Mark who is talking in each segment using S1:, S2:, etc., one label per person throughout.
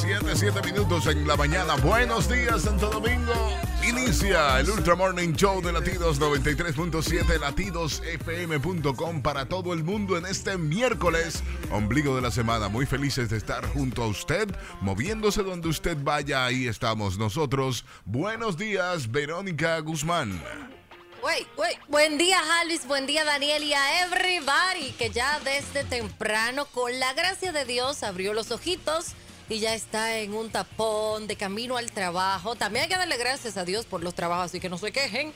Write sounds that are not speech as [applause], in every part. S1: 7, 7 minutos en la mañana. Buenos días, Santo Domingo. Inicia el Ultra Morning Show de Latidos 93.7, latidosfm.com para todo el mundo en este miércoles, ombligo de la semana. Muy felices de estar junto a usted, moviéndose donde usted vaya. Ahí estamos nosotros. Buenos días, Verónica Guzmán.
S2: Wey, wey. Buen día, Jalis. Buen día, Daniel. Y a everybody que ya desde temprano, con la gracia de Dios, abrió los ojitos y ya está en un tapón de camino al trabajo. También hay que darle gracias a Dios por los trabajos, así que no se quejen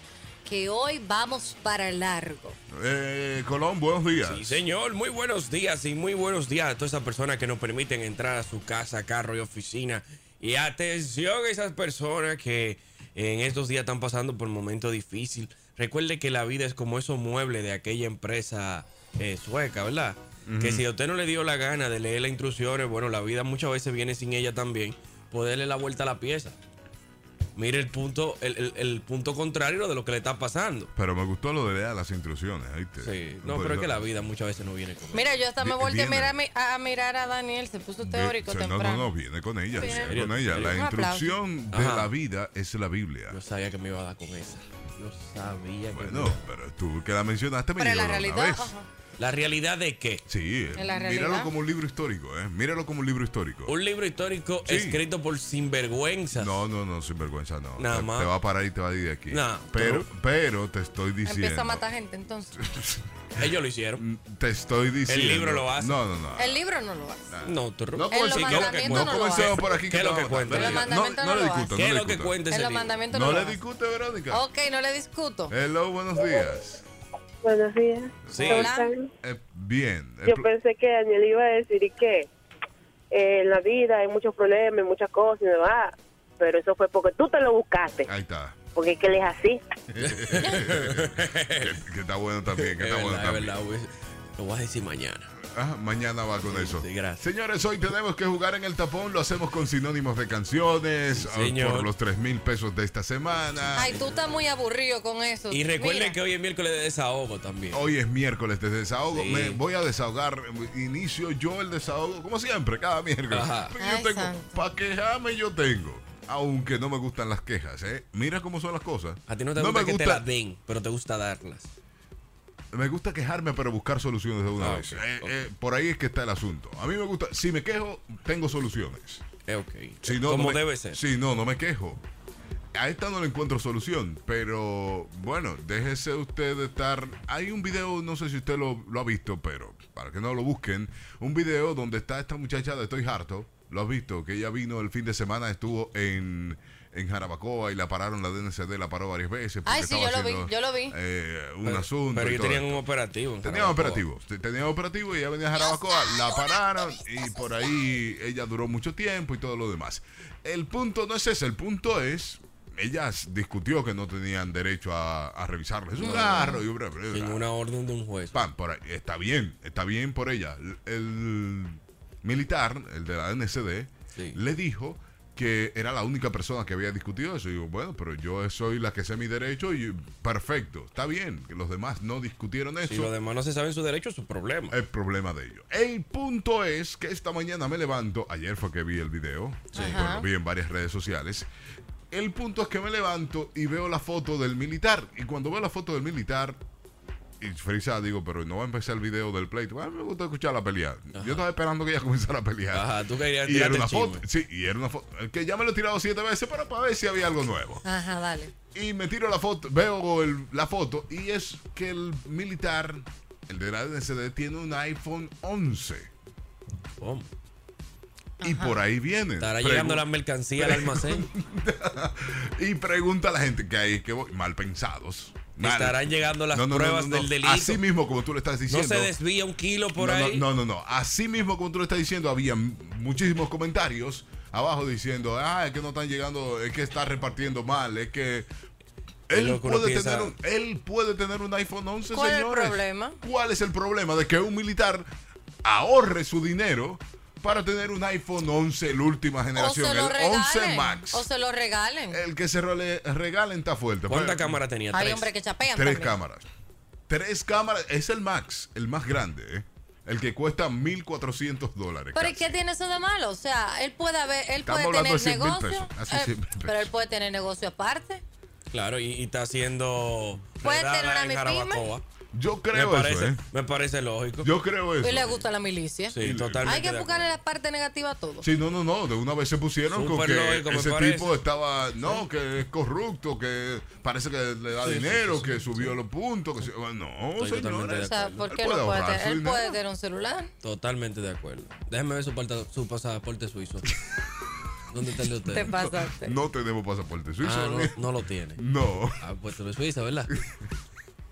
S2: que hoy vamos para largo.
S1: Eh, Colón, buenos días.
S3: Sí, señor, muy buenos días y muy buenos días a todas esas personas que nos permiten entrar a su casa, carro y oficina. Y atención a esas personas que en estos días están pasando por momentos difíciles. Recuerde que la vida es como esos muebles de aquella empresa eh, sueca, ¿verdad?
S4: Ujú.
S3: Que si a usted no le dio la gana de leer las instrucciones, bueno, la vida muchas veces viene sin ella también, poderle la vuelta a la pieza. Mire el punto, el, el- el punto contrario de lo que le está pasando.
S1: Pero me gustó lo de leer las instrucciones. ¿oíste?
S3: Sí, no, pero es que la vida muchas veces no viene con
S2: Mira, yo hasta me
S1: Vi-
S2: volteé a
S1: viene.
S2: mirar a, a mirar a Daniel, se puso
S1: Vi-
S2: teórico
S1: o sea, no, no,
S2: temprano.
S1: no, viene con ella.
S2: Viene.
S1: viene con ella. La
S2: Un aplauso.
S1: instrucción de
S3: Ajá.
S1: la vida es la Biblia.
S3: Yo sabía que me iba a dar con esa. Yo sabía que
S1: Bueno,
S3: me-
S1: pero tú que la mencionaste me
S2: Pero
S1: llegó
S2: la
S1: de una
S2: realidad,
S1: vez.
S2: ajá.
S3: ¿La realidad de qué?
S1: Sí, eh,
S2: En la
S1: míralo
S2: realidad.
S1: como un libro histórico, ¿eh? Míralo como un libro histórico.
S3: Un libro histórico escrito por sinvergüenzas.
S1: No, no, no, sin vergüenza, no.
S3: Nada
S1: te,
S3: más.
S1: te va a parar y te va a ir de aquí.
S3: No,
S1: pero, pero te estoy diciendo.
S2: Empieza a matar gente entonces.
S3: Ellos lo hicieron.
S1: Te estoy diciendo.
S3: libro lo hace. Eh,
S1: No, no, no.
S2: El libro no lo hace.
S3: No, tú
S1: No,
S2: En los
S1: comencemos-
S2: mandamientos
S1: no
S2: no lo
S1: comencemos
S3: hace.
S1: por aquí.
S3: ¿Qué es lo
S1: te
S3: que
S1: va a matar.
S3: cuenta?
S2: En los
S1: No, no,
S2: mandamientos no
S1: le
S2: lo hace.
S1: discuto,
S3: ¿Qué
S1: no
S3: es
S1: le
S3: lo que
S1: discuto.
S3: cuenta ese
S2: En los
S3: libro?
S2: mandamientos no,
S1: No
S2: lo
S1: le
S2: hace.
S1: discute, Verónica.
S2: Ok, no le discuto.
S1: Hello, buenos días.
S5: Buenos días.
S3: Sí.
S5: ¿Cómo están?
S1: Eh, bien. Eh,
S5: Yo
S1: pl-
S5: pensé que Daniel iba a decir que eh, en la vida hay muchos problemas, hay muchas cosas, y demás, pero eso fue porque tú te lo buscaste,
S1: Ahí está.
S5: porque es que él es así.
S1: [laughs] que, que está bueno también, que
S3: Es
S1: está bueno
S3: verdad,
S1: también.
S3: es verdad. güey. Lo vas a decir mañana.
S1: Ah, mañana va con eso.
S3: Sí, gracias.
S1: Señores, hoy tenemos que jugar en el tapón. Lo hacemos con sinónimos de canciones. ah,
S3: señor.
S1: Por los 3 mil pesos de esta semana.
S2: Ay, tú estás muy aburrido con eso.
S3: Y recuerden
S2: Mira.
S3: que hoy es miércoles de desahogo también.
S1: Hoy es miércoles de desahogo.
S3: Sí.
S1: Me voy a desahogar. Inicio yo el desahogo, como siempre, cada miércoles.
S3: Ajá.
S1: Porque
S2: Ay,
S1: Yo tengo,
S2: santo.
S1: para quejarme yo tengo. Aunque no me gustan las quejas, ¿eh? Mira cómo son las cosas.
S3: A ti no te gusta que te las den, pero te gusta darlas.
S1: Me gusta quejarme, pero buscar soluciones de una
S3: Ah,
S1: vez.
S3: ok,
S1: Eh,
S3: ok.
S1: eh, por ahí es que está el asunto. A mí me gusta, si me quejo, tengo soluciones.
S3: Es Eh, ok.
S1: Si no,
S3: Como
S1: no me-
S3: debe ser.
S1: Si no, no me quejo. A esta no le encuentro solución, pero bueno, déjese usted de estar. Hay un video, no sé si usted lo, lo ha visto, pero para que no lo busquen, un video donde está esta muchacha de Estoy Harto. Lo has visto, que ella vino el fin de semana, estuvo en, en Jarabacoa y la pararon, la DNCD la paró varias veces. porque
S2: Ay, sí,
S1: estaba
S2: yo lo vi,
S1: haciendo,
S2: yo lo vi.
S1: eh, un
S3: Pero-
S1: asunto.
S3: Pero
S1: y
S3: ellos
S1: todo
S3: tenían
S1: esto.
S3: un operativo. en
S1: Tenían
S3: Jarabacoa.
S1: operativo, te- tenían operativo y ella venía a Jarabacoa, la pararon y por ahí ella duró mucho tiempo y todo lo demás. El punto no es ese, el punto es, ella s- discutió que no tenían derecho a, a revisarle su carro y bla, bla, bla.
S3: Sin una orden de un juez.
S1: Pam, por ahí. Está bien, está bien por ella. El, el militar, el de la NCD,
S3: Sí.
S1: le dijo que era la única persona que había discutido eso. Y digo, bueno, pero yo soy la que sé mi derecho y perfecto, está bien, que los demás no discutieron eso
S3: Si los demás no se saben sus derechos, su problema.
S1: el problema de ello. El punto es que esta mañana me levanto, ayer fue que vi el video, bueno,
S2: Ajá.
S1: lo vi en varias redes sociales. El punto es que me levanto y veo la foto del militar. Y cuando veo la foto del militar, y frisa, digo, pero no va a empezar el video del pleito. A mí me gusta escucharla pelear. Yo estaba esperando que ella comenzara a pelear.
S3: Ajá, tú querías
S1: y era
S3: tirarte
S1: una
S3: el
S1: foto.
S3: chisme.
S1: Sí, y era una foto. Que ya me lo he tirado siete veces, pero para ver si había algo nuevo
S2: Ajá, dale.
S1: y me tiro la foto, veo el- la foto y es que el militar, el de la DNCD, tiene un iPhone 11
S3: ¿Cómo?
S1: y por ahí viene.
S3: Estará llegando la mercancía al almacén.
S1: [laughs] y pregunta a la gente que ahí que voy, mal pensados. mal.
S3: Estarán llegando las
S1: No, no, no,
S3: pruebas
S1: no, no.
S3: del delito.
S1: Así mismo como tú le estás
S3: no
S1: diciendo.
S3: se desvía un kilo por
S1: no, no,
S3: ahí.
S1: No, no, no. Así mismo como tú le estás diciendo, había m- muchísimos comentarios abajo diciendo, ah, es que no están llegando, es que está repartiendo mal, es que...
S3: Es
S1: Él
S3: lo que uno
S1: puede,
S3: piensa.
S1: tener un, él puede tener un iPhone 11,
S2: ¿Cuál es el
S1: señores.
S2: problema?
S1: ¿Cuál es el problema de que un militar ahorre su dinero para tener un iPhone 11, la última
S2: O
S1: generación,
S2: se lo
S1: el 11
S2: regalen.
S1: Max?
S2: O se lo regalen.
S1: el que se role- regalen está fuerte.
S3: ¿Cuántas
S1: Pero-
S3: cámaras tenía?
S2: Hay
S3: Tres.
S2: hombres que chapean
S1: pues. Tres
S2: también.
S1: cámaras. Tres cámaras. Es el Max, el más grande, ¿eh? el que cuesta 1.400 dólares.
S2: Pero ¿y
S1: casi.
S2: ¿qué tiene eso de malo? O sea, él puede haber, él
S1: Estamos
S2: puede
S1: hablando
S2: tener
S1: de 100 mil
S2: negocio,
S1: pesos, así,
S2: eh,
S1: 100 mil pesos.
S2: pero él puede tener negocio aparte.
S3: Claro, y, y está haciendo.
S2: Puede
S3: redada
S2: tener una
S3: en
S2: mipyme.
S3: Jarabacoa.
S1: Yo
S3: Me
S1: creo eso,
S3: parece,
S1: ¿eh?
S3: me parece lógico.
S1: Yo creo eso.
S2: Y le gusta la milicia.
S3: sí, totalmente.
S2: Hay que
S3: de
S2: buscarle
S3: acuerdo.
S2: la parte negativa a todo.
S1: Sí, no, no, no. De una vez se pusieron con
S3: Súper
S1: que
S3: lógico, me
S1: ese
S3: parece.
S1: tipo estaba, no, que es corrupto, que parece que le da dinero, que subió los puntos. Que se- bueno, no,
S3: Estoy totalmente de
S2: O
S1: señores.
S3: acuerdo.
S2: sea,
S3: Él
S2: ¿por qué
S1: puede
S2: no puede
S1: ahorrar
S2: tener?
S1: su
S2: Él puede
S1: dinero.
S2: tener un celular.
S3: Totalmente de acuerdo. Déjame ver su, parta- su pasaporte
S2: [laughs]
S3: suizo. ¿Dónde está el de usted?
S2: Te pasaste.
S1: No tenemos pasaporte suizo.
S3: Ah,
S1: ¿eh?
S3: no, no lo tiene.
S1: no.
S3: Ah, pues tú lo
S1: [laughs]
S3: Suiza, ¿verdad?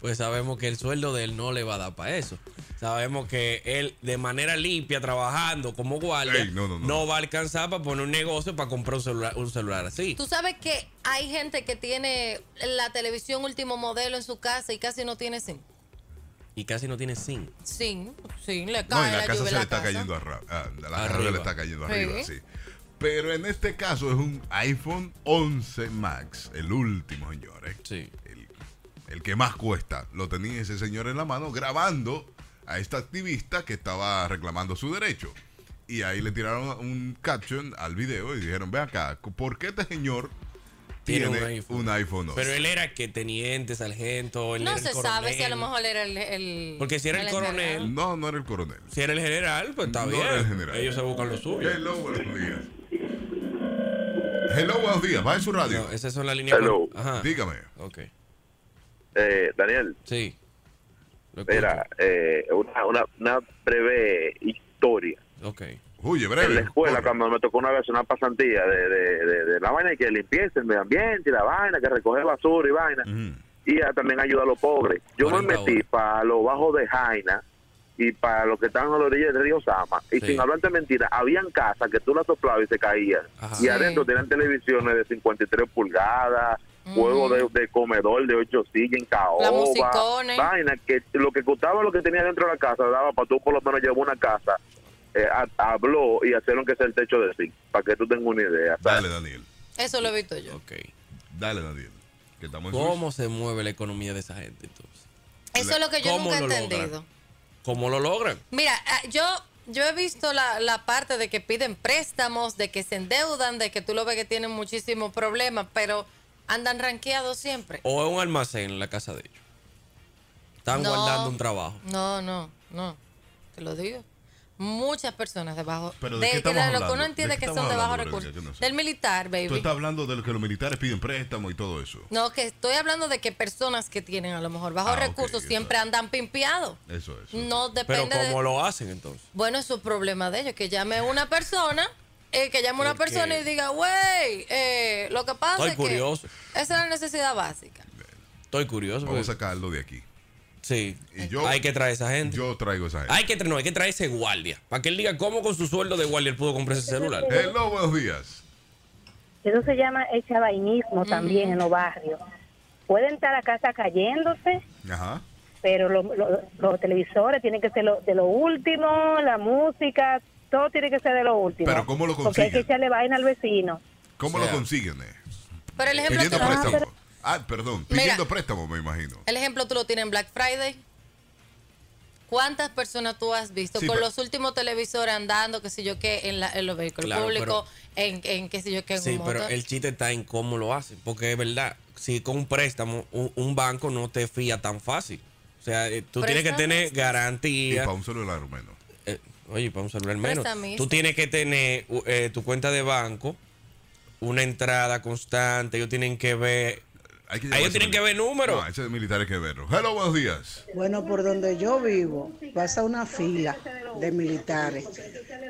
S3: Pues sabemos que el sueldo de él no le va a dar para eso. Sabemos que él, de manera limpia, trabajando como guardia,
S1: Ey, no, no, no.
S3: va a alcanzar para poner un negocio para comprar un celular, un celular así.
S2: Tú sabes que hay gente que tiene la televisión último modelo en su casa y casi no tiene sin.
S3: Y casi no tiene SIM.
S2: Sin, sin, le
S1: No,
S2: cae
S1: y la casa
S2: lluvia
S1: se
S2: en
S1: le
S2: la
S1: está
S2: casa.
S1: cayendo arriba. La
S3: Arriba.
S1: carga le está cayendo
S2: Sí.
S1: arriba, sí. Pero en este caso es un iPhone 11 Max, el último, señores.
S3: Sí.
S1: El, el que más cuesta. Lo tenía ese señor en la mano grabando a esta activista que estaba reclamando su derecho. Y ahí le tiraron un caption al video y dijeron, ve acá, ¿por qué este señor tiene, un iPhone, 11?
S3: Pero él era que teniente, sargento, él
S2: No
S3: era el
S2: se sabe si a lo
S3: coronel.
S2: mejor era el. el-
S3: Porque si era el coronel,
S2: encargado.
S1: No, no era el coronel.
S3: Si era el general, pues está
S1: No
S3: bien.
S1: era el general.
S3: Ellos se buscan lo suyo.
S1: Hello, buenos días. Hello, buenos días. Va en su radio.
S3: No, esas son las líneas.
S6: Hello.
S3: cor- Ajá.
S1: Dígame.
S3: Ok.
S6: Eh, Daniel,
S3: Sí. Lo escucho.
S6: mira, eh, una, una, una breve historia.
S3: Ok.
S1: Oye, breve.
S6: En la escuela,
S1: Corre.
S6: cuando me tocó una vez una pasantía de, de, de, de la vaina y que limpieza el medio ambiente y la vaina, que recoger basura y vaina,
S1: Ujú.
S6: y a- también ayuda a los pobres. Yo me
S3: 40
S6: metí
S3: horas.
S6: para los bajos de Jaina y para los que estaban a la orilla del río Sama, y
S3: Sí.
S6: sin hablarte mentira, habían casas que tú las soplabas y se caían,
S3: Ajá.
S6: y adentro
S2: Sí.
S6: tenían televisiones de 53 pulgadas,
S2: Ujú.
S6: juegos de, de comedor de 8 sillas en caoba,
S2: La musicones.
S6: vaina, que lo que costaba lo que tenía dentro de la casa, daba para tú por lo menos llevar una casa, eh, ha- habló y hicieron que sea el techo de zinc, para que tú tengas una idea.
S1: Dale, Daniel.
S2: Eso lo he visto yo.
S3: Ok.
S1: Dale, Daniel. Que estamos en
S3: ¿Cómo se mueve la economía de esa gente entonces?
S2: Eso es lo que yo
S3: ¿Cómo
S2: nunca he
S3: lo logran?
S2: entendido.
S3: ¿Cómo lo logran?
S2: Mira, ah, yo yo he visto la, la parte de que piden préstamos, de que se endeudan, de que tú lo ves que tienen muchísimos problemas, pero andan ranqueados siempre.
S3: ¿O es un almacén en la casa de ellos? Están
S2: No.
S3: guardando un trabajo.
S2: No, no, no. Te lo digo. Muchas personas debajo.
S1: ¿Pero de qué estamos
S2: lo que
S1: hablando?
S2: uno
S1: ¿De
S2: entiende
S1: qué
S2: que son
S1: estamos
S2: de bajo
S1: hablando, Verónica? Que no
S2: recursos.
S1: sé.
S2: Del militar, baby.
S1: Tú estás hablando de lo que los militares piden préstamo y todo eso.
S2: No, que estoy hablando de que personas que tienen a lo mejor bajos
S1: Ah, ok,
S2: recursos siempre andan pimpeados.
S1: Eso es.
S2: No
S3: Pero
S2: depende
S3: ¿cómo
S2: de...
S3: lo hacen entonces?
S2: Bueno, eso es un problema de ellos, que llame una persona, eh, que llame una
S3: ¿Por qué?
S2: persona y diga, wey, eh, lo que pasa
S3: Estoy
S2: es
S3: curioso.
S2: que esa es la necesidad básica.
S3: Estoy curioso.
S1: Vamos a
S3: porque-
S1: sacarlo de aquí.
S3: Sí.
S1: Y yo-
S3: hay que traer a esa gente.
S1: Yo traigo esa gente.
S3: Hay que traer, no, hay que traer ese guardia. Para que él diga cómo con su sueldo de guardia él pudo comprar ese celular.
S1: [laughs] Hello, buenos días.
S7: Eso se llama el chavainismo también en los barrios. Pueden estar la casa cayéndose,
S1: Ajá.
S7: pero lo- lo- los televisores tienen que ser lo- de lo último, la música, todo tiene que ser de lo último.
S1: Pero ¿cómo lo
S7: Porque hay
S1: consiguen?
S7: que echarle vaina al vecino.
S1: ¿Cómo
S3: O sea,
S1: lo consiguen? eh?
S2: Pero el ejemplo,
S1: Pidiendo
S2: tú-
S1: préstamo. Ah, perdón.
S2: Mira.
S1: Pidiendo préstamo, me imagino.
S2: el ejemplo tú lo tienes en Black Friday. ¿Cuántas personas tú has visto
S1: Sí,
S2: con
S1: pero-
S2: los últimos televisores andando, qué sé yo qué, en, la- en los vehículos
S3: Claro,
S2: públicos, en, en qué sé yo qué, en
S3: Sí,
S2: un
S3: pero
S2: motor?
S3: el chiste está en cómo lo hacen. Porque es verdad, si con un préstamo, un, un banco no te fía tan fácil. O sea, eh, tú tienes que
S2: Préstamos.
S3: tener
S1: Y
S3: garantía.
S1: para un celular o menos.
S3: Eh, oye, para un celular menos.
S2: Préstamo.
S3: Tú tienes que tener u- eh, tu cuenta de banco, una entrada constante. Ellos tienen que ver.
S1: Hay que
S3: Ahí
S1: llevarse
S3: tienen
S1: mili-
S3: que ver números.
S1: No, Ah, ese militar hay que verlo. Hello, buenos días.
S8: Bueno, por donde yo vivo pasa una fila de militares,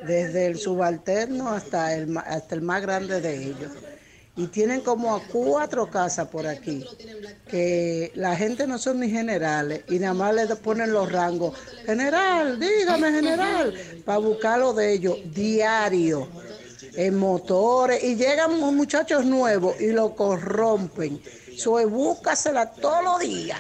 S8: desde el subalterno hasta el, ma- hasta el más grande de ellos. Y tienen como a cuatro casas por aquí, que la gente no son ni generales y nada más le ponen los rangos. General, dígame general, para buscar lo de ellos diario, en motores. Y llegan mu- muchachos nuevos y lo corrompen. Soy búscasela todos los días.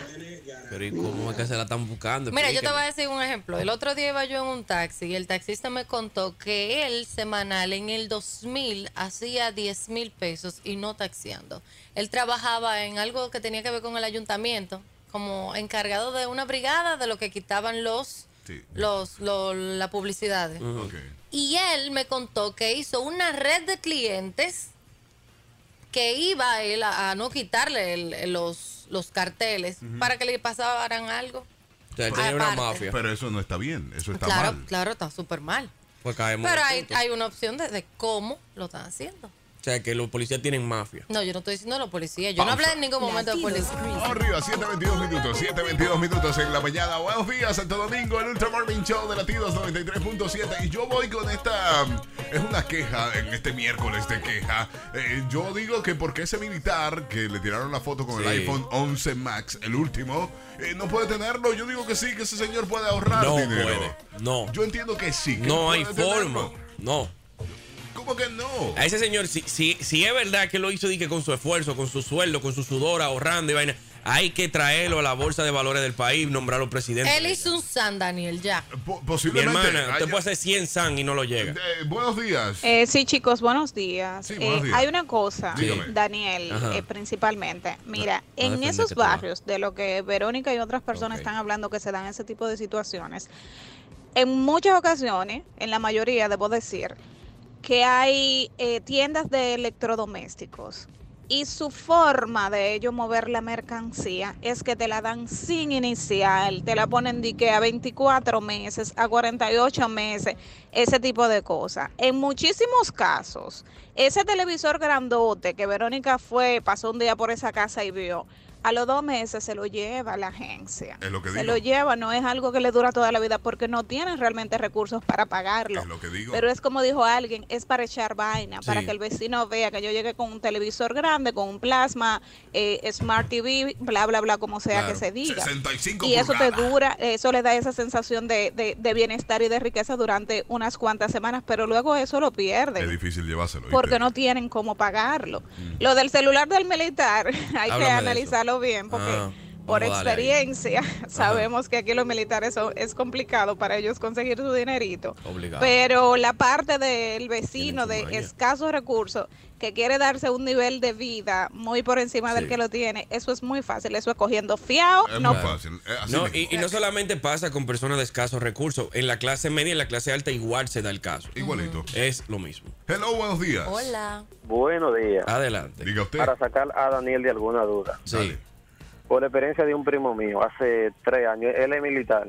S3: Pero ¿y cómo es que se la están buscando?
S2: Mira, yo te voy a
S3: Explíqueme.
S2: decir un ejemplo. El otro día iba yo en un taxi y el taxista me contó que él semanal en el 2000 hacía 10 mil pesos y no taxiando. Él trabajaba en algo que tenía que ver con el ayuntamiento, como encargado de una brigada de lo que quitaban los
S1: Sí.
S2: los, lo- la publicidad.
S1: Ok.
S2: Y él me contó que hizo una red de clientes que iba él a, a no quitarle el- el- los, los carteles para que le pasaran algo.
S3: O sea, tiene una
S2: Aparte.
S3: mafia.
S1: Pero eso no está bien, eso está
S2: claro,
S1: mal.
S2: claro, está súper mal.
S3: Pues caemos
S2: Pero
S3: en el
S2: hay,
S3: punto.
S2: hay una opción de, de cómo lo están haciendo.
S3: O sea, que los policías tienen mafia.
S2: No, yo no estoy diciendo los policías. Yo no hablé en ningún momento de policía.
S1: Arriba, 722 minutos, 722 minutos en la mañana. Buenos días, Santo Domingo, el Ultra Morning Show de Latidos 93.7. Y yo voy con esta. mm, Es una [laughs] queja en este miércoles de queja. Eh, yo digo que porque ese militar que le tiraron la foto con el
S3: Sí.
S1: iPhone 11 Max, el último, eh, no puede tenerlo. Yo digo que sí, que ese señor puede ahorrar
S3: No
S1: dinero.
S3: puede, no.
S1: Yo entiendo que sí. que
S3: No
S1: puede
S3: hay
S1: tenerlo.
S3: forma. No.
S1: ¿Cómo que no?
S3: A ese señor, si, si, si es verdad que lo hizo dije, con su esfuerzo, con su sueldo, con su sudor, ahorrando y vaina, hay que traerlo a la bolsa de valores del país, nombrarlo presidente.
S2: Él hizo un San Daniel ya.
S1: Po-
S3: Mi
S1: posiblemente.
S3: hermana, usted
S1: haya-
S3: puede hacer 100 san y no lo llega.
S1: Eh, buenos días.
S9: Eh, sí, chicos, buenos días.
S1: Sí, buenos
S9: Eh,
S1: días.
S9: Hay una cosa,
S1: Dígame.
S9: Daniel,
S3: Ajá.
S9: eh, principalmente. Mira,
S3: no
S9: en
S3: defenderte
S9: esos
S3: tú, va.
S9: barrios de lo que Verónica y otras personas
S3: Ok.
S9: están hablando que se dan ese tipo de situaciones, en muchas ocasiones, en la mayoría, debo decir, que hay eh, tiendas de electrodomésticos y su forma de ellos mover la mercancía es que te la dan sin inicial, te la ponen de que a 24 meses, a 48 meses, ese tipo de cosas. En muchísimos casos, ese televisor grandote que Verónica fue, pasó un día por esa casa y vio, a los dos meses se lo lleva la agencia.
S1: Es lo que
S9: se
S1: digo.
S9: lo lleva, no es algo que le dura toda la vida porque no tienen realmente recursos para pagarlo.
S1: Es lo que digo.
S9: Pero es como dijo alguien, es para echar vaina, para
S3: Sí.
S9: que el vecino vea que yo llegué con un televisor grande, con un plasma, eh, Smart TV, bla, bla, bla, como sea
S3: Claro.
S9: que se diga.
S1: 65
S9: Y eso te
S1: pulgadas.
S9: dura, eso le da esa sensación de, de- de bienestar y de riqueza durante unas cuantas semanas, pero luego eso lo
S1: Es
S9: pierden
S1: difícil llevárselo. ¿viste? Mm.
S9: porque no tienen cómo pagarlo. Lo del celular del militar, [laughs] hay
S3: Háblame
S9: que
S3: de
S9: analizarlo bien porque
S3: Ah,
S9: por
S3: vamos a darle ahí.
S9: experiencia [laughs] sabemos que aquí los militares son- es complicado para ellos conseguir su dinerito.
S3: Obligado.
S9: Pero la parte del vecino
S3: Tienen
S9: de
S3: su maña.
S9: escasos recursos que quiere darse un nivel de vida muy por encima del
S3: Sí.
S9: que lo tiene, eso es muy fácil, eso es cogiendo fiado,
S1: Es
S9: no
S1: muy fácil. eh, así
S3: No,
S1: mismo.
S3: y, y no solamente pasa con personas de escasos recursos. En la clase media y en la clase alta igual se da el caso.
S1: Igualito.
S3: Es lo mismo.
S1: Hello, buenos días.
S2: Hola.
S4: Buenos días.
S3: Adelante.
S1: Diga usted.
S4: Para sacar a Daniel de alguna duda.
S3: Sí.
S1: Dale.
S4: Por la experiencia de un primo mío, hace tres años, él es militar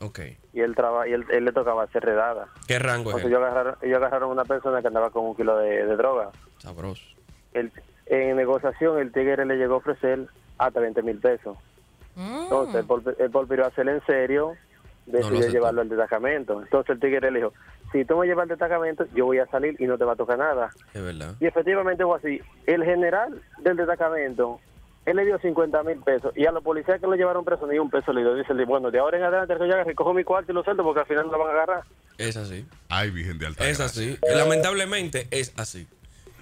S3: Ok.
S4: y él, traba, y él, él le tocaba hacer redada.
S3: ¿Qué rango es?
S4: Entonces
S3: él?
S4: ellos agarraron, ellos agarraron una persona que andaba con un kilo de, de droga.
S3: Sabroso.
S4: El, en negociación, el tigre le llegó a ofrecer hasta 20 mil pesos.
S2: Mm.
S4: Entonces, el por- el porfirio hacerle en serio, decidió
S3: aceptó.
S4: llevarlo al destacamento. Entonces, el tigre le dijo, si tú me llevas al destacamento, yo voy a salir y no te va a tocar nada.
S3: Es verdad.
S4: Y efectivamente fue así. El general del destacamento, él le dio 50 mil pesos. Y a los policías que lo llevaron preso, ni un peso le dio. Dice, bueno, de ahora en adelante yo ya recojo mi cuarto y lo suelto porque al final lo van a agarrar.
S3: Es así.
S1: Ay, Virgen de Alta.
S3: Es así. Lamentablemente es así.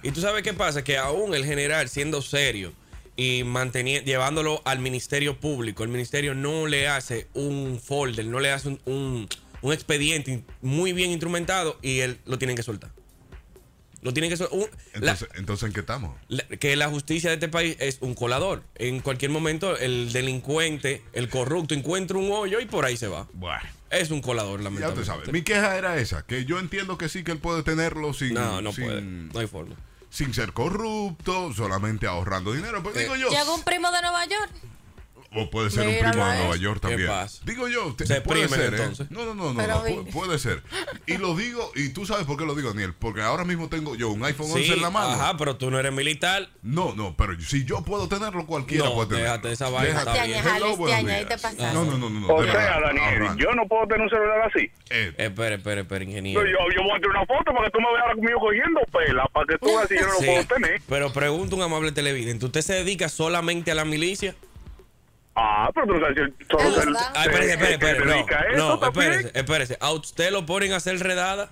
S3: Y tú sabes qué pasa, que aún el general siendo serio y manteniendo, llevándolo al Ministerio Público, el Ministerio no le hace un folder, no le hace un, un- un expediente muy bien instrumentado y él lo tienen que soltar. Lo tienen que soltar.
S1: Entonces, entonces, ¿en qué estamos?
S3: la- que la justicia de este país es un colador. En cualquier momento el delincuente, el corrupto, encuentra un hoyo y por ahí se va.
S1: Bueno.
S3: Es un colador,
S1: Ya
S3: lamentablemente.
S1: tú sabes. Mi queja era esa, que yo entiendo que sí que él puede tenerlo sin,
S3: No, no
S1: sin,
S3: puede. No hay forma.
S1: sin ser corrupto, solamente ahorrando dinero. Pues
S3: Eh,
S1: digo yo.
S2: Llegó un primo de Nueva York.
S1: O puede ser un
S2: Míralo
S1: primo
S2: a
S1: de
S2: él.
S1: Nueva York
S3: ¿Qué
S1: también.
S3: pasa?
S1: Digo yo, te-
S3: Se
S1: puede
S3: exprimen,
S1: ser, ¿eh?
S3: entonces.
S1: No, no, no, no,
S2: Pero
S1: no,
S2: vi-
S1: pu- puede ser. Y lo digo, y tú sabes por qué lo digo, Daniel, porque ahora mismo tengo yo un iPhone 11 en la mano.
S3: Ajá, pero tú no eres militar.
S1: No, no, pero si yo puedo teñerlo, cualquiera
S3: No,
S1: puede tenerlo.
S3: déjate esa vaina,
S1: Déjate.
S3: está bien.
S2: Te añejas,
S1: Hello, buenos
S2: te añejas,
S1: días.
S2: te pasaste.
S1: No, no, no, no. no,
S6: O
S1: de
S6: sea,
S1: verdad,
S6: Daniel,
S1: ahorrando.
S6: yo no puedo tener un celular así.
S1: Eh,
S3: Espera, espera, espera,
S6: Yo,
S3: ingeniero.
S6: yo voy a tener una foto para que tú me veas conmigo cogiendo pela, para que tú veas si yo no
S3: Sí,
S6: lo puedo tener.
S3: Pero pregunto un amable televidente, ¿usted se dedica solamente a la milicia?
S6: Ah, pero tú no sabes si el- todo
S2: Es
S6: el-
S2: verdad.
S3: Ah, espérese,
S6: el- el
S3: espérese,
S6: que se dedica a
S3: espérese.
S6: eso
S3: No, no,
S6: también.
S3: espérese, espérese. ¿A usted lo ponen a hacer redada?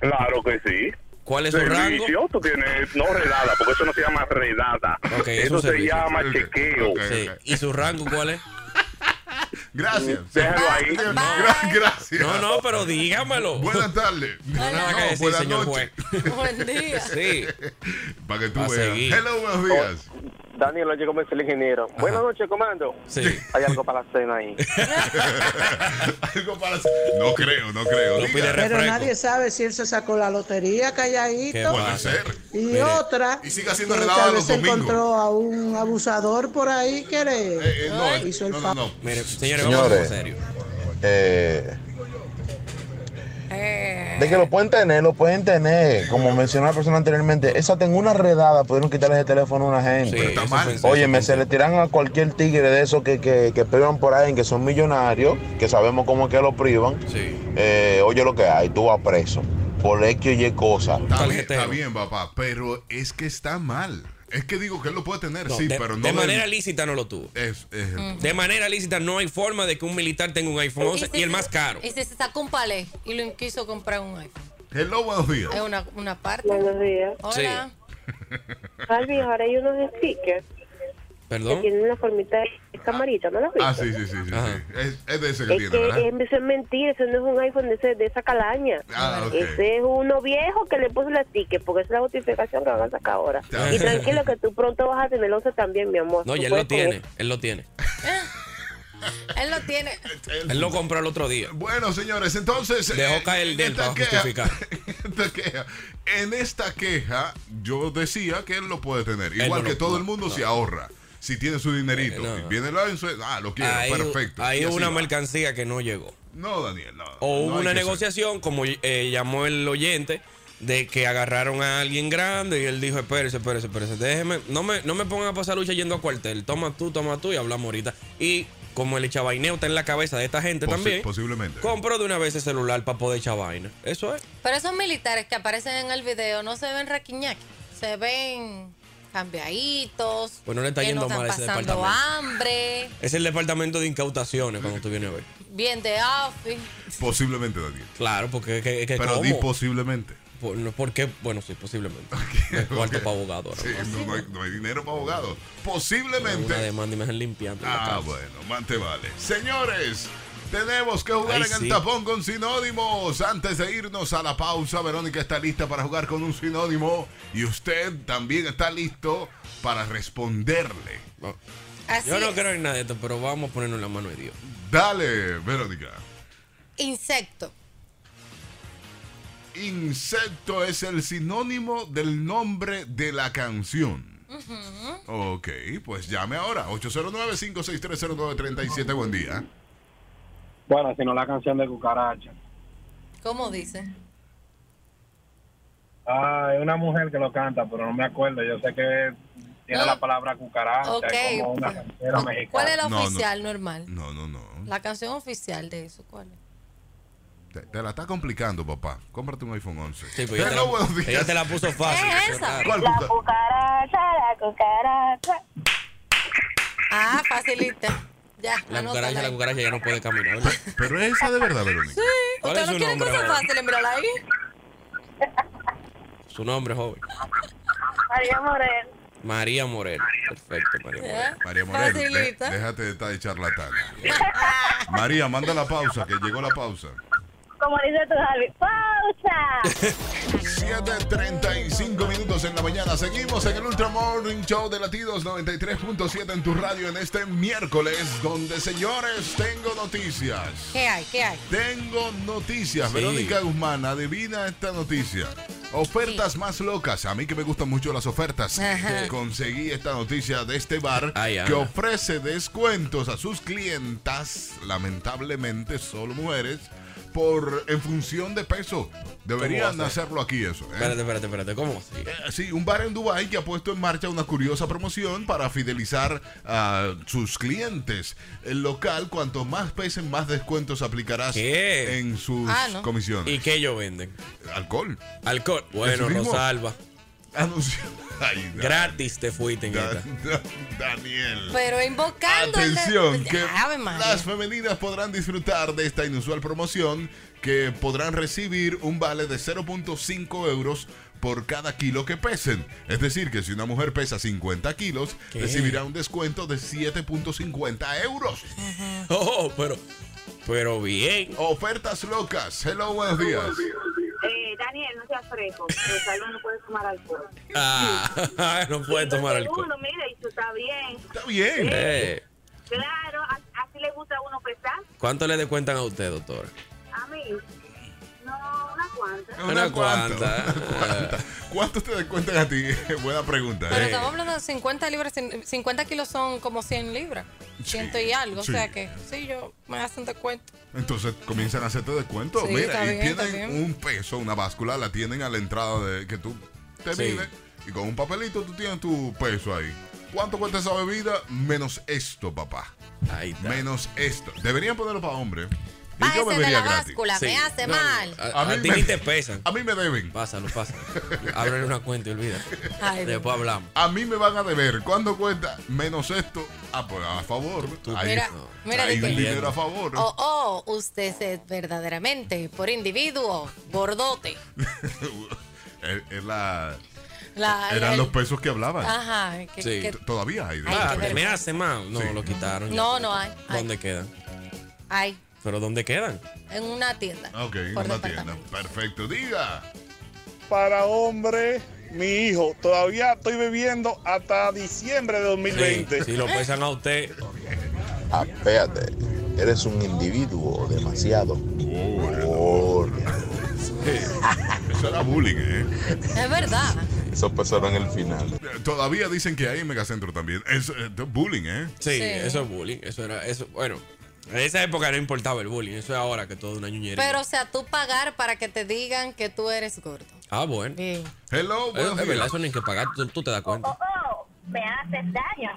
S6: Claro que sí.
S3: ¿Cuál es su rango?
S6: Servicio, tú tienes, no redada, porque eso no se llama redada.
S3: Ok, es
S6: eso
S3: un
S6: se
S3: servicio.
S6: llama
S1: Ok,
S6: chequeo.
S1: ok.
S3: Sí. ¿Y su rango cuál es?
S1: [laughs] gracias.
S6: Déjalo ahí.
S1: Gra-
S2: Bye.
S1: Gracias.
S3: No, no, pero dígamelo. Pues,
S1: Buenas
S2: [laughs]
S1: tardes.
S3: No, nada que decir,
S1: buenas
S3: señor
S1: noches.
S3: juez.
S1: [laughs]
S2: Buen día.
S3: Sí.
S1: Para que tú
S3: A
S1: veas.
S3: seguir.
S1: Hello, buenos días.
S4: Oh, Daniel Oye Gómez, el ingeniero. Buenas noches, comando.
S3: Sí.
S6: [laughs]
S4: Hay algo para la cena ahí.
S1: Algo para- No creo, no creo.
S3: No
S1: Diga,
S3: pide
S8: Pero
S3: refresco.
S8: nadie sabe si él se sacó la lotería
S3: ¿Qué
S8: calladito.
S1: Puede
S3: pasa?
S1: ser.
S8: Y
S3: Mire,
S8: otra,
S1: y sigue haciendo
S8: que
S1: redada
S8: tal
S1: los
S8: vez se
S1: domingos.
S8: encontró a un abusador por ahí que le
S1: Eh, eh, no, eh,
S8: hizo el
S1: no, no,
S8: favor.
S1: no.
S3: Mire, señores, vamos a ser serio.
S2: Eh,
S10: De que lo pueden tener, lo pueden tener. Como mencionó la persona anteriormente, esa tengo una redada, pudieron quitarle el teléfono a una gente.
S3: Sí,
S1: está
S3: eso
S1: mal.
S3: fue en serio.
S10: Oye, me se le tiran a cualquier tigre de esos que, que, que privan por ahí, que son millonarios, que sabemos cómo es que lo privan.
S3: Sí.
S10: Eh, oye, lo que hay, tú vas preso. Por X y Y cosas.
S1: Está bien,
S3: Tarjetero.
S1: está bien, papá, pero es que está mal. Es que digo que él lo puede tener,
S3: No,
S1: sí,
S3: de,
S1: pero no
S3: de
S1: del-
S3: manera lícita no lo tuvo.
S1: es- es-
S3: De manera lícita no hay forma de que un militar tenga un iPhone 11 y el más caro.
S2: Y si se sacó un palé y lo quiso comprar un iPhone.
S1: Hello, buenos días.
S2: Es una, una parte.
S5: Buenos días.
S2: Hola.
S5: Alvin, ahora hay unos stickers que
S3: Perdón.
S5: tienen la formita de camarita, ¿no lo has visto?
S1: Ah, sí, sí, sí, sí,
S3: Ajá.
S1: sí. Es, es de ese que
S5: Es
S1: tiene,
S5: que
S1: ¿verdad?
S5: em, eso es mentira, eso no es un iPhone de, ese- de esa calaña.
S1: Ah, ok.
S5: Ese es uno viejo que le puso la ticket, porque esa es la justificación que van a sacar ahora.
S1: Ya.
S5: Y tranquilo que tú pronto vas a tener el 11 también, mi amor.
S3: No,
S5: Tú
S3: ya él
S5: puedes
S3: lo
S5: con
S3: tiene.
S5: eso.
S3: Él lo tiene.
S2: Él lo tiene.
S1: El-
S3: Él lo compró el otro día.
S1: Bueno, señores, entonces.
S3: Dejó
S1: eh,
S3: caer el
S1: en
S3: del
S1: esta
S3: para
S1: queja-
S3: justificar.
S1: en esta queja- En esta queja, yo decía que él lo puede tener.
S3: no
S1: Igual que
S3: lo-
S1: todo
S3: no,
S1: el mundo
S3: no.
S1: se ahorra. Si tiene su dinerito.
S3: Eh, no, no.
S1: Viene la insu- Ah, lo quiero.
S3: Ahí,
S1: perfecto.
S3: ahí
S1: Y
S3: hubo
S1: así
S3: una
S1: va.
S3: mercancía que no llegó.
S1: No, Daniel, no.
S3: O hubo
S1: no hay
S3: una
S1: que ser.
S3: negociación, como eh, llamó el oyente, de que agarraron a alguien grande y él dijo, espérese, espérese, espérese, déjeme, no me, no me pongan a pasar lucha yendo a cuartel, toma tú, toma tú y hablamos ahorita. Y como el chabaineo está en la cabeza de esta gente
S1: Posi-
S3: también,
S1: posiblemente.
S3: compró de una vez el celular para poder echar vaina. Eso es.
S2: Pero esos militares que aparecen en el video no se ven raquiñaki, se ven cambiaditos,
S3: Pues no le está
S2: que
S3: yendo
S2: no están
S3: mal a ese
S2: pasando
S3: departamento.
S2: hambre,
S3: Es el departamento de incautaciones cuando tú vienes a ver.
S2: bien de outfit.
S1: Posiblemente, Daniel.
S3: Claro, porque es que, es que
S1: Pero
S3: ¿cómo?
S1: di posiblemente.
S3: Por- no, ¿por qué? Bueno, sí, posiblemente.
S1: Ok,
S3: El [laughs] cuarto
S1: ok.
S3: para abogado. Ah, ahora.
S1: Sí, no, no hay, no hay dinero para abogados.
S3: Una
S1: Posiblemente.
S3: demanda y me están limpiando. la
S1: Ah,
S3: casa.
S1: bueno, más te vale. Señores, tenemos que jugar
S3: Ahí
S1: en el
S3: sí.
S1: tapón con sinónimos. Antes de irnos a la pausa, Verónica está lista para jugar con un sinónimo y usted también está listo para responderle.
S2: Así
S3: Yo no
S2: es.
S3: creo en nada de esto, pero vamos a ponernos la mano de Dios.
S1: Dale, Eh, Verónica.
S2: Insecto.
S1: Insecto es el sinónimo del nombre de la canción. Ok, pues llame ahora. 809-56309-37. Buen día.
S4: Bueno, sino la canción de cucaracha.
S2: ¿Cómo dicen?
S6: Ah, es una mujer que lo canta, pero no me acuerdo. Yo sé que tiene
S2: No.
S6: la palabra cucaracha,
S2: Ok.
S6: Ah, es como una ranchera mexicana.
S2: ¿Cuál es la
S1: No, no.
S2: oficial normal?
S1: No, no, no.
S2: La canción oficial de eso, ¿cuál es?
S1: Te, te la está complicando, papá. Cómprate un iPhone 11.
S3: Sí, pues ella,
S1: Hello, buenos
S3: te la,
S1: días.
S3: ella te la puso fácil.
S2: ¿Qué es
S3: eso
S2: esa?
S3: raro.
S1: ¿Cuál
S5: La
S1: cuca-
S5: cucaracha, la cucaracha.
S2: Ah, facilita. Ya,
S3: La
S2: anótala
S3: cucaracha, la
S2: ahí.
S3: cucaracha ya no puede caminar. ¿verdad?
S1: Pero es esa de verdad, Verónica.
S2: Sí,
S3: ¿Cuál es
S2: ¿Ustedes no
S3: su
S2: quieren
S3: nombre,
S2: cosas
S3: joven?
S2: fáciles? Mírala ahí.
S3: Su nombre, joven.
S5: María Morel.
S3: María Morel. Perfecto, María Morel.
S2: ¿Eh?
S1: María Morel, de-
S2: Facilita.
S1: déjate de estar de charlatana. María, manda la pausa, que llegó la pausa.
S5: Como dice tu Alvin, pausa.
S1: 7.35 minutos en la mañana. Seguimos en el Ultra Morning Show de Latidos 93.7 en tu radio en este miércoles, donde, señores, tengo noticias.
S2: ¿Qué hay? ¿Qué hay?
S1: Tengo noticias.
S3: Sí.
S1: Verónica Guzmán, adivina esta noticia. Ofertas más locas. A mí que me gustan mucho las ofertas.
S2: Ajá.
S1: Eh, Conseguí esta noticia de este bar
S3: Ay,
S1: que
S3: Ana.
S1: ofrece descuentos a sus clientas, lamentablemente solo mujeres, por en función de peso. Deberían
S3: ¿Cómo va a ser?
S1: hacerlo aquí eso. ¿eh?
S3: Espérate, espérate, espérate. ¿Cómo así?
S1: Eh, Sí, un bar en Dubai que ha puesto en marcha una curiosa promoción para fidelizar a sus clientes. El local, cuanto más pesen, más descuentos aplicarás
S3: ¿Qué?
S1: en sus
S2: Ah, no.
S1: comisiones.
S3: ¿Y qué ellos venden?
S1: Alcohol.
S3: Alcohol. Bueno,
S1: Eso mismo.
S3: Rosalba.
S1: Anunció. [laughs] Ay, Da-
S3: Gratis te fuiste en
S1: Da-
S3: esta.
S1: Da- Daniel.
S2: Pero invocando el de-
S1: Atención, que
S2: Ave María.
S1: las femeninas podrán disfrutar de esta inusual promoción que podrán recibir un vale de 0.5 euros por cada kilo que pesen. Es decir, que si una mujer pesa 50 kilos,
S3: ¿Qué?
S1: recibirá un descuento de 7.50 euros.
S3: [laughs] Oh, pero, pero bien.
S1: Ofertas locas. Hello, [laughs] buenos días.
S5: Eh, Daniel, no seas fresco. Rosalba no puede tomar alcohol.
S3: Ah, [laughs] no puede tomar alcohol.
S5: mira, y tú sabes,
S7: bien.
S1: Está bien.
S3: Eh,
S7: Claro, a- así le gusta a uno pesar.
S3: ¿Cuánto le descuentan a usted, doctora?
S7: A mí, no, una cuanta.
S1: Una cuanta.
S3: [laughs]
S1: ¿Cuánto te descuentan a ti? [laughs] Buena pregunta.
S2: Pero
S1: eh.
S2: estamos hablando de 50 libras, cien- 50 kilos son como 100 libras, ciento y algo,
S1: sí.
S2: o sea que sí, yo me hacen descuento.
S1: Entonces comienzan a hacerte descuento.
S2: Sí,
S1: Mira,
S2: está
S1: y
S2: bien, está
S1: tienen
S2: bien.
S1: un peso, una báscula, la tienen a la entrada de que tú te
S3: Sí.
S1: mides y con un papelito tú tienes tu peso ahí. ¿Cuánto cuesta esa bebida? Menos esto, papá.
S3: Ahí está.
S1: Menos esto. Deberían ponerlo para hombre. Y yo
S2: Bájese de
S1: bebería
S2: la
S1: gratis.
S2: báscula, me hace
S3: No,
S2: mal.
S3: A, a
S1: mí
S3: ti
S1: me-
S3: ni te pesan.
S1: A mí me deben.
S3: Pásalo,
S1: [laughs]
S3: pásalo. Ábrele una cuenta y olvida.
S2: Ay,
S3: Después hablamos.
S1: A mí me van a deber. ¿Cuánto cuesta? Menos esto. Ah, pues a favor. Ahí-
S2: Mira, mira,
S1: hay un
S2: Nicole.
S1: dinero a favor.
S2: Oh, oh, usted es verdaderamente, por individuo, gordote.
S1: Es- es la-
S2: La- la-
S1: eran los pesos que hablaban.
S2: Ajá, que-
S3: Sí.
S2: que-
S1: T- Todavía hay. de
S3: Ah,
S1: esos pesos.
S3: me hace mal. No, lo quitaron. ya.
S2: no, no hay, hay,
S3: ¿Dónde quedan?
S2: hay,
S3: ¿Pero dónde quedan?
S2: en una tienda.
S1: Ok, en
S2: Por
S1: una tienda.
S2: departamento.
S1: Perfecto. Diga.
S6: Para hombre, mi hijo, todavía estoy bebiendo hasta diciembre de
S3: Sí,
S6: 2020.
S3: si lo pesan a usted.
S10: Apéate, Ah, eres un individuo demasiado.
S1: Oh,
S10: Gordo.
S1: eh. Eso era bullying, ¿eh?
S2: Es verdad.
S10: Eso pasaron en el final.
S1: Eh, Todavía dicen que hay en Megacentro también. Es eh, de bullying, ¿eh?
S3: Sí,
S2: Sí.
S3: eso es bullying. Eso era, eso, bueno, en esa época no importaba el bullying. Eso es ahora que todo es una ñuñería.
S2: Pero, o sea, tú pagar para que te digan que tú eres gordo.
S3: ah, bueno. Eh,
S2: Bien.
S1: Hello,
S3: Es,
S1: buenos
S3: verdad,
S1: días.
S3: eso no hay que pagar. Tú, tú te das
S2: [laughs]
S3: cuenta.
S7: Oh, me haces daño.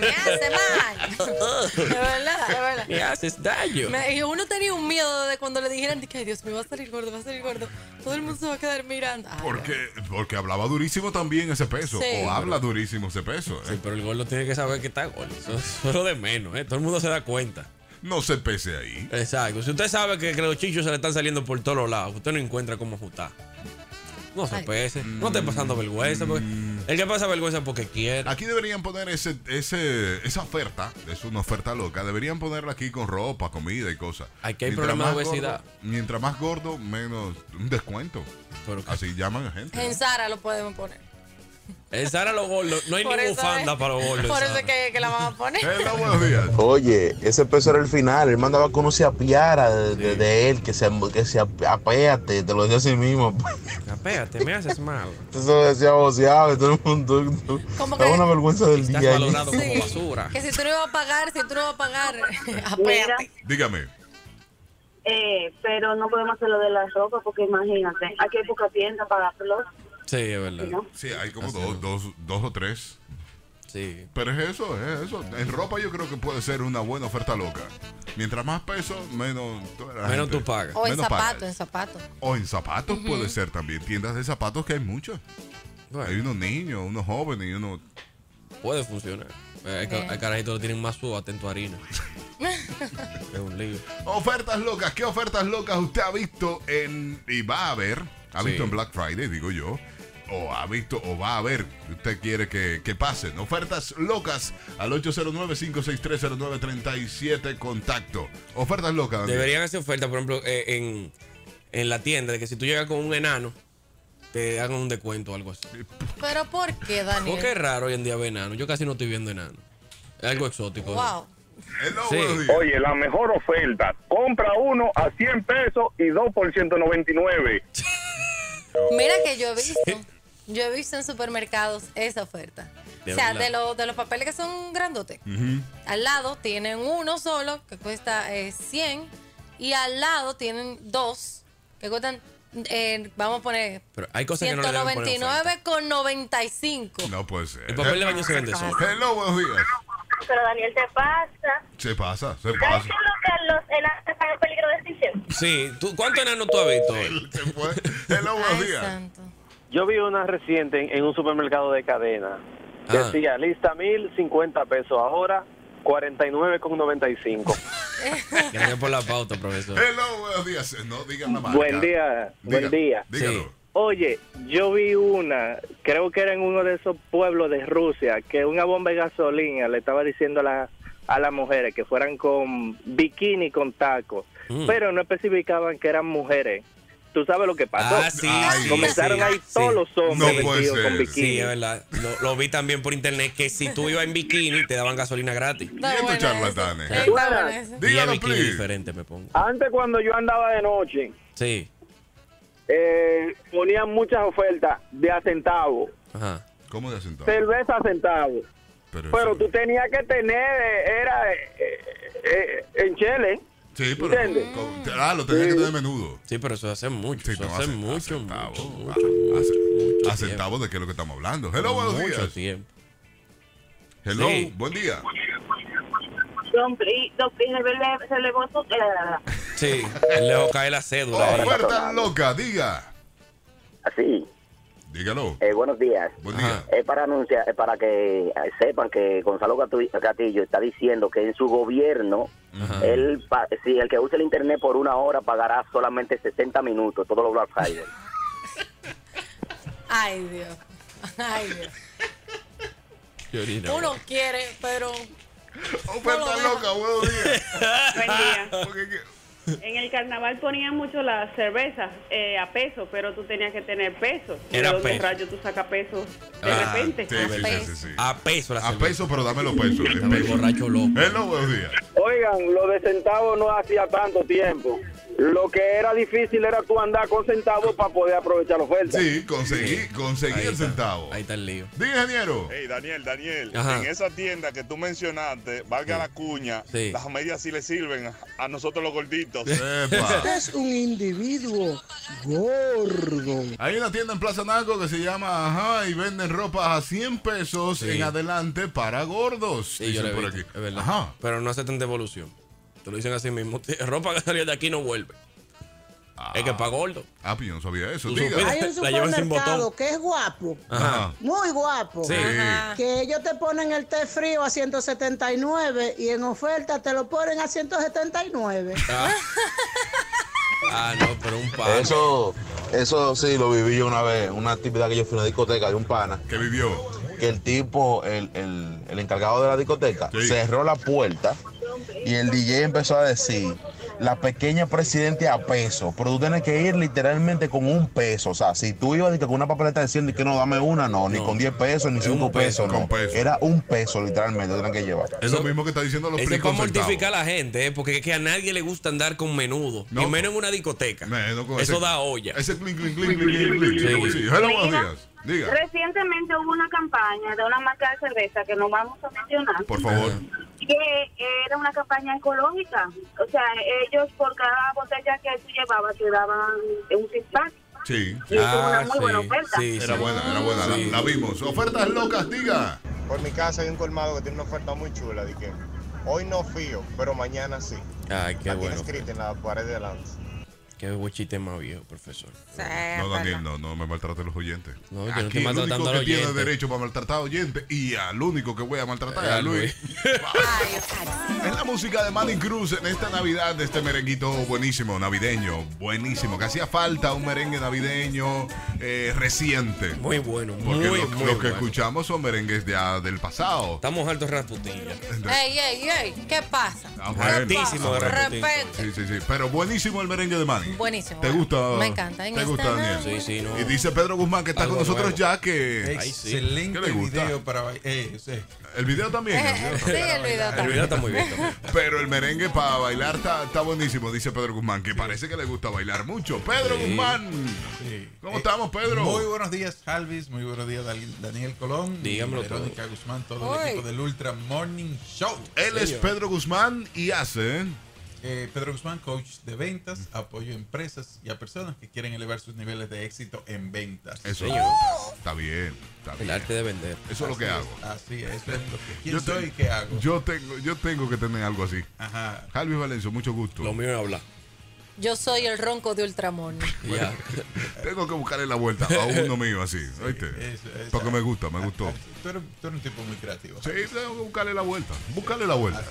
S2: Me hace mal. De verdad, de verdad.
S3: Me haces daño.
S2: Me- y uno tenía un miedo de cuando le dijeran de que, ay Dios me va a salir gordo, va a salir gordo. Todo el mundo se va a quedar mirando. Ah, Ay,
S1: Porque, porque hablaba durísimo también ese peso.
S2: Sí.
S1: O habla durísimo ese peso. ¿eh?
S3: Sí, pero el gordo tiene que saber que está gordo. Eso, eso es [laughs] lo de menos, ¿eh? Todo el mundo se da cuenta.
S1: No se pese ahí.
S3: Exacto. Si usted sabe que, que los chichos se le están saliendo por todos los lados, usted no encuentra cómo ajustar. No se
S2: Ay.
S3: pese.
S1: Mm.
S3: No esté pasando vergüenza. Porque el que pasa vergüenza es porque quiere.
S1: Aquí deberían poner ese, ese, esa oferta. Es una oferta loca. Deberían ponerla aquí con ropa, comida y cosas.
S3: Aquí hay
S1: Mientras
S3: problema
S1: más
S3: de
S1: gordo-
S3: obesidad.
S1: mientras más gordo, menos un descuento.
S3: Pero que-
S1: Así llaman a gente.
S2: En Sara lo podemos poner.
S3: En Sara los gordos. No hay
S2: Por
S3: ninguna
S2: eso es-
S3: bufanda para los gordos.
S2: Por
S3: en
S2: eso es
S3: Sara.
S2: que, que la vamos a poner.
S1: Hello, buenos días.
S10: Oye, ese peso era el final. Él mandaba que uno se apiara de, de- de él, que se, que se ap- apéate, te lo decía a sí mismo. [laughs]
S3: Apégate, me haces mal.
S10: Eso lo decía voceado, todo el mundo.
S2: Como
S10: Era
S2: que-
S10: una vergüenza del
S3: Estás
S10: día.
S3: valorado como basura.
S2: Que si tú no ibas a pagar, si tú no ibas a pagar,
S7: [laughs]
S2: [laughs]
S7: Mira,
S2: apéate.
S1: Dígame.
S7: eh, pero no podemos hacer lo de la ropa porque imagínate, aquí hay poca tienda para flor,
S3: Sí, es verdad.
S7: ¿no?
S1: Sí, hay como
S3: Así
S1: dos,
S3: es.
S1: dos, dos o tres.
S3: Sí.
S1: Pero es eso, es eso. En ropa yo creo que puede ser una buena oferta loca. Mientras más peso, menos... toda la
S3: Menos
S1: gente-
S3: tú pagas.
S2: O en
S1: menos
S2: zapatos, en
S1: pagas.
S2: zapatos. [laughs]
S1: O en zapatos puede ser también. Tiendas de zapatos que hay muchas. Hay
S3: Bueno,
S1: unos niños, unos jóvenes y unos...
S3: puede funcionar. Eh, Hay, ca- hay carajitos que lo tienen más suave atento a harina. es un lío.
S1: Ofertas locas. ¿Qué ofertas locas usted ha visto en... y va a ver? Ha
S3: Sí.
S1: visto en Black Friday, digo yo. O ha visto o va a ver. Usted quiere que, que pasen. Ofertas locas al 809-5630937. Contacto. Ofertas locas. Daniel.
S3: Deberían hacer ofertas, por ejemplo, eh, en, en la tienda, de que si tú llegas con un enano, te hagan un descuento o algo así.
S2: Pero ¿por qué, Daniel?
S3: Porque es raro hoy en día ver enano. Yo casi no estoy viendo enano. Es algo exótico. ¿no?
S2: Wow.
S1: Hello,
S3: Sí.
S1: buenos días.
S6: Oye, la mejor oferta. Compra uno a 100 pesos y dos por 199.
S2: Mira que yo he visto, yo he visto en supermercados esa oferta.
S3: De
S2: o sea,
S3: verdad.
S2: de, lo- de los papeles que son grandotes. Al lado tienen uno solo que cuesta eh, 100 y al lado tienen dos que cuestan, eh, vamos a poner,
S3: Pero hay cosas que no le deben poner oferta.
S2: 199,95.
S1: No puede
S3: El
S1: ser.
S3: papel de baño
S1: [laughs]
S3: se vende solo.
S1: Hello, buenos días.
S7: Pero Daniel, ¿te pasa?
S1: Se pasa, se
S7: ¿Sabes
S1: pasa.
S7: qué es lo que los enanos están en peligro de extinción?
S3: Sí, ¿Tú, ¿cuánto enano tú has visto hoy?
S1: [laughs] Se fue. Hello, buenos
S2: Ay,
S1: días.
S2: santo.
S4: Yo vi una reciente en, en un supermercado de cadena.
S3: Ah.
S4: Decía, lista mil, 50 pesos ahora,
S3: [laughs]
S4: 49,95.
S3: Gracias por la pauta, profesor.
S1: Hello, buenos días. No digan la marca.
S6: Buen día,
S1: Diga-
S6: buen día.
S1: Dígalo.
S3: Sí.
S6: Oye, yo vi una, creo que era en uno de esos pueblos de Rusia, que una bomba de gasolina le estaba diciendo a, la- a las mujeres que fueran con bikini con tacos,
S3: Mm.
S6: pero no especificaban que eran mujeres. tú sabes lo que pasó.
S3: Ah, sí, sí,
S6: Comenzaron
S3: sí,
S6: ahí
S3: sí.
S6: todos los hombres
S3: No puede
S6: vestidos
S3: ser.
S6: con bikini.
S3: Sí, es verdad. Lo, lo vi también por internet que si tú ibas en bikini te daban gasolina gratis.
S6: Está Y estos buena charlatanes. esa.
S3: Sí.
S6: Está buena esa.
S3: Y en
S6: Dígalo,
S3: bikini
S6: please.
S3: diferente me pongo.
S6: Antes cuando yo andaba de noche,
S3: Sí.
S6: eh, ponían muchas ofertas de a centavo,
S3: Ajá.
S1: ¿Cómo de asentado?
S6: cerveza a centavo.
S1: Pero,
S6: tú tenías que tener, eh, era eh, eh, eh, en chele.
S1: Sí, pero.
S6: ¿Entiendes?
S1: con- con- ah, lo tenía que tener menudo.
S3: Sí, pero eso hace mucho.
S1: eso hace, mucho, mucho, A centavos de qué es lo que estamos hablando. Hello, buenos
S3: Mucho
S1: días. Hello,
S3: Sí.
S1: buen día.
S7: Don Pri, Don Pri se le, se le botó. eh, la, la, la.
S3: Sí, él le cae la cédula. ahí.
S1: Oferta loca, diga.
S11: Sí.
S1: Oh, Dígalo.
S11: Eh, buenos días.
S1: Buen día.
S11: Es para anunciar, es para que eh, sepan que Gonzalo Gatu- Gatillo está diciendo que en su gobierno, él, pa- si el que use el internet por una hora pagará solamente 60 minutos, todos los Black Friday.
S2: Ay, Dios. [laughs] Ay, Dios. Uno quiere, pero.
S1: Oferta loca, buenos días.
S12: Buen día. En el carnaval ponían mucho las cervezas eh, a peso, pero tú tenías que tener peso.
S1: Era
S12: ¿De dónde
S1: peso.
S12: rayos tú sacas peso de
S1: Ah,
S12: repente?
S1: sí, sí, sí, sí, sí.
S3: A peso la
S1: A peso, pero dame los pesos.
S3: borracho loco.
S1: Hello, buenos días.
S6: Oigan, lo de centavos no hacía tanto tiempo. Lo que era difícil era tú andar con centavos para poder aprovechar la oferta.
S1: Sí, conseguí, conseguí el centavo.
S3: Ahí está el lío.
S1: Dí,
S3: [laughs]
S1: ingeniero.
S13: Hey, Daniel, Daniel,
S1: Ajá.
S13: en esa tienda que tú mencionaste, valga la cuña,
S1: Sí.
S13: las medias sí le sirven a, a nosotros los gorditos.
S8: Usted es un individuo gordo.
S1: Hay una tienda en Plaza Naco que se llama Ajá y venden ropa a 100 pesos en adelante para gordos.
S3: Sí, yo
S1: dicen
S3: lo he
S1: por
S3: visto,
S1: aquí.
S3: Es verdad.
S1: Ajá.
S3: Pero no hace tanta evolución. Te lo dicen así mismo. [laughs] "Te- Ropa que salió de aquí no vuelve. Es que para gordo.
S1: Ah, pues yo no sabía eso.
S3: Tú
S1: Diga.
S3: supiste,
S8: Hay un
S3: la llevan sin botón.
S8: supermercado que es guapo,
S1: Ajá.
S8: muy guapo,
S3: Sí. Ajá.
S8: que ellos te ponen el té frío a 179 y en oferta te lo ponen a 179.
S3: Ah. Ah, no, pero un palo.
S10: Eso, eso sí lo viví yo una vez, una actividad que yo fui a una discoteca de un pana.
S1: ¿Qué vivió?
S10: Que el tipo, el, el- el encargado de la discoteca, cerró la puerta y el DJ empezó a decir, la pequeña presidente a peso, pero tú tienes que ir literalmente con un peso. O sea, si tú ibas de que con una papeleta diciendo que no, dame una, no, ni con 10 pesos, ni 5 pesos, no. Era un peso literalmente, lo tenían que llevar.
S1: Es lo mismo que está diciendo los
S3: Eso es
S1: plicos
S3: para mortificar a la gente, eh, porque es que a nadie le gusta andar con menudo.
S1: No.
S3: Ni menos en una discoteca.
S1: con
S3: Eso
S1: ese-
S3: da olla.
S1: Ese clink, clink, clink, clink, clink, clink.
S3: Sí.
S1: Sí, hello, buenos
S7: Mira.
S1: días. Diga.
S7: Recientemente hubo una campaña de una marca de cerveza que no vamos a mencionar.
S1: Por favor.
S7: que era una campaña ecológica. O sea, ellos por cada botella que tú llevabas te daban un six pack.
S1: Sí.
S7: Y es una muy
S3: Ah,
S7: buena oferta.
S1: Era buena, era buena. La, la vimos. Ofertas locas, diga.
S14: Por mi casa hay un colmado que tiene una oferta muy chula de que hoy no fío, pero mañana sí.
S3: Ay, qué
S14: la tiene
S3: bueno.
S14: escrita en la pared de delante.
S3: Qué bochite más viejo, profesor.
S1: No, Daniel, no, no me maltrate los oyentes.
S3: No, yo no
S1: Aquí
S3: estoy
S1: el único
S3: maltratando
S1: que
S3: al
S1: tiene
S3: oyente.
S1: derecho para maltratar a oyentes y al único que voy a maltratar es
S3: Eh,
S1: a Luis. es la música de Manny Cruz en esta Navidad de este merenguito buenísimo, navideño, buenísimo. Que hacía falta un merengue navideño eh, reciente.
S3: Muy bueno, muy,
S1: Porque lo,
S3: muy
S1: lo que
S3: bueno.
S1: escuchamos son merengues ya del pasado.
S3: Estamos altos Rasputin.
S2: Ey, ey, ey. ¿Qué pasa?
S1: Ah, bueno.
S3: Altísimo de Rasputin.
S2: Respeto.
S1: Sí, sí, sí. Pero buenísimo el merengue de Manny.
S2: Buenísimo.
S1: ¿Te gusta?
S2: Me encanta. En
S1: ¿Te
S2: esta
S1: gusta, Daniel?
S2: Navidad.
S1: Y dice Pedro Guzmán que está
S15: Algo
S1: con nosotros
S15: nuevo.
S1: ya que.
S15: Excelente
S1: ¿Qué le gusta?
S15: video para ba- eh, sí.
S1: El video también.
S15: Eh,
S1: el video
S15: [laughs] sí,
S1: también.
S15: el video El también. video está muy [laughs] bien
S1: Pero el merengue para bailar está, está buenísimo, dice Pedro Guzmán, que parece que le gusta bailar mucho. Pedro
S15: Sí.
S1: Guzmán. ¿Cómo estamos, Pedro?
S15: Muy buenos días, Alvis. Muy buenos días, Dal- Daniel Colón.
S1: Dígamelo
S15: Verónica Guzmán, todo
S1: Ay.
S15: el equipo del Ultra Morning Show.
S1: Él es Pedro Guzmán y hace.
S15: Eh, Pedro Guzmán, coach de ventas, apoyo a empresas y a personas que quieren elevar sus niveles de éxito en ventas.
S1: Eso. Está bien. Está bien.
S3: arte de vender.
S1: Eso es lo que
S15: Así
S1: hago.
S15: Así es, eso es lo que quién
S1: Yo te-
S15: soy y qué hago.
S1: Yo tengo, yo tengo que tener algo así. Ajá. Jalvis Valencio, mucho gusto. Lo
S3: mío es hablar.
S2: Yo soy el ronco de Ultramón.
S1: [laughs] Tengo que buscarle la vuelta a uno mío
S15: [laughs]
S1: así, ¿oíste? Porque me gusta, me gustó.
S15: Tú eres, tú eres un tipo muy creativo.
S1: Sí, tengo que buscarle la vuelta. Buscarle la vuelta.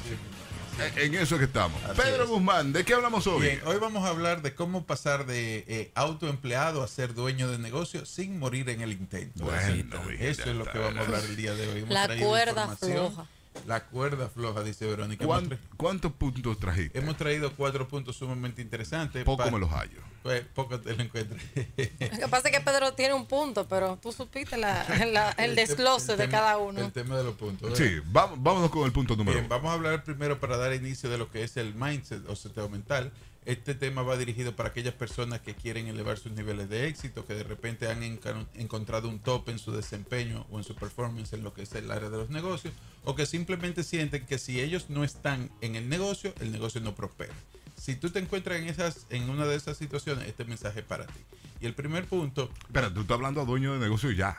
S1: Eh, En eso es que estamos. Pedro Guzmán, ¿de qué hablamos hoy?
S15: Bien, hoy vamos a hablar de cómo pasar de eh, autoempleado a ser dueño de negocio sin morir en el intento.
S1: Bueno,
S15: Eso es lo que vamos a hablar el día de hoy.
S2: La
S15: traído
S2: cuerda
S15: información
S2: floja.
S15: La cuerda floja, dice Verónica.
S1: ¿Cuán-
S15: Hemos
S1: ¿Cuántos puntos trajiste?
S15: Hemos traído cuatro puntos sumamente interesantes.
S1: Poco
S15: Pa-
S1: me los hallo.
S15: Pues, poco te lo encuentro.
S2: Lo que pasa es que Pedro tiene un punto, pero tú supiste la- [laughs]
S15: [laughs]
S2: la- el
S15: Este,
S2: desglose de
S15: tema-
S2: cada uno.
S15: El tema de los puntos. ¿verdad?
S1: Sí, vamos, vámonos con el punto número
S15: Bien, vamos a hablar primero para dar inicio de lo que es el mindset o seteo mental. Este tema va dirigido para aquellas personas que quieren elevar sus niveles de éxito, que de repente han enca- encontrado un tope en su desempeño o en su performance en lo que es el área de los negocios, o que simplemente sienten que si ellos no están en el negocio, el negocio no prospera. Si tú te encuentras en, esas, en una de esas situacionnes, este mensaje es para ti. Y el primer punto... eh,
S1: Pero tú estás hablando a dueño de negocio ya.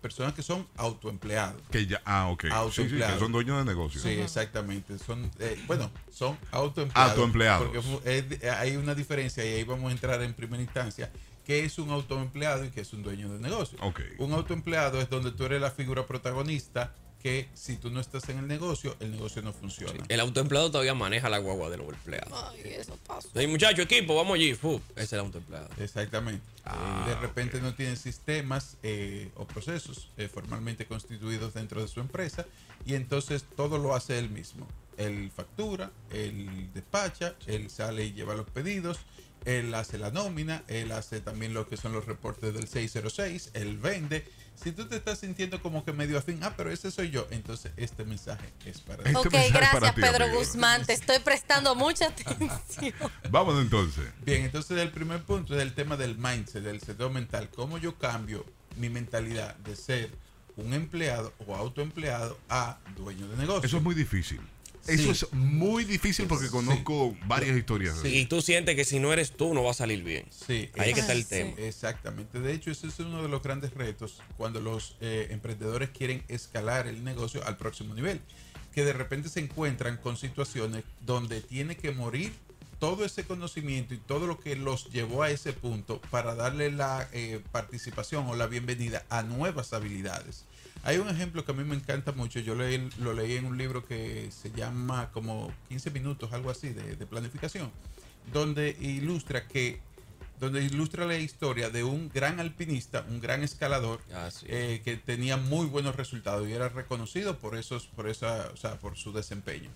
S15: Personas que son autoempleados.
S1: Que ya, ah, ok. Sí, sí, que
S15: Autoempleados.
S1: son dueños de negocio.
S15: Sí, exactamente. Son, eh, bueno, son autoempleados.
S1: Ah, Autoempleados.
S15: Porque fu- es- hay una diferencia y ahí vamos a entrar en primera instancia. ¿Qué es un autoempleado y qué es un dueño de negocio?
S1: Ok.
S15: Un autoempleado es donde tú eres la figura protagonista que si tú no estás en el negocio, el negocio no funciona.
S3: El autoempleado todavía maneja la guagua del empleado.
S2: Ay, eso pasa.
S3: Hey, muchacho, equipo, vamos allí. Fu, ese es el autoempleado.
S15: Exactamente. Eh, de repente no tienen sistemas eh, o procesos eh, formalmente constituidos dentro de su empresa y entonces todo lo hace él mismo. Él factura, él despacha, él sale y lleva los pedidos, él hace la nómina, él hace también lo que son los reportes del 606, él vende. Si tú te estás sintiendo como que medio afín, ah, pero ese soy yo, entonces este mensaje este, es para ti.
S2: ok, gracias Pedro Guzmán, te estoy prestando
S15: [laughs]
S2: mucha atención.
S1: Vamos entonces.
S15: Bien, entonces el primer punto es el tema del mindset, del seteo mental. ¿Cómo yo cambio mi mentalidad de ser un empleado o autoempleado a dueño de negocio?
S1: Eso es muy difícil.
S15: Sí.
S1: Eso es muy difícil porque conozco varias historias.
S3: Sí, Y tú sientes que si no eres tú, no va a salir bien.
S15: Sí,
S3: Ahí es que
S15: es-
S3: está el tema.
S15: Exactamente. De hecho, ese es uno de los grandes retos cuando los eh, emprendedores quieren escalar el negocio al próximo nivel. Que de repente se encuentran con situaciones donde tiene que morir todo ese conocimiento y todo lo que los llevó a ese punto para darle la eh, participación o la bienvenida a nuevas habilidades. Hay un ejemplo que a mí me encanta mucho. Yo leí- lo leí en un libro que se llama como 15 minutos, algo así, de- de planificación, donde ilustra que donde ilustra la historia de un gran alpinista, un gran escalador, eh, que tenía muy buenos resultados y era reconocido por esos, por esa, o sea, por su desempeño.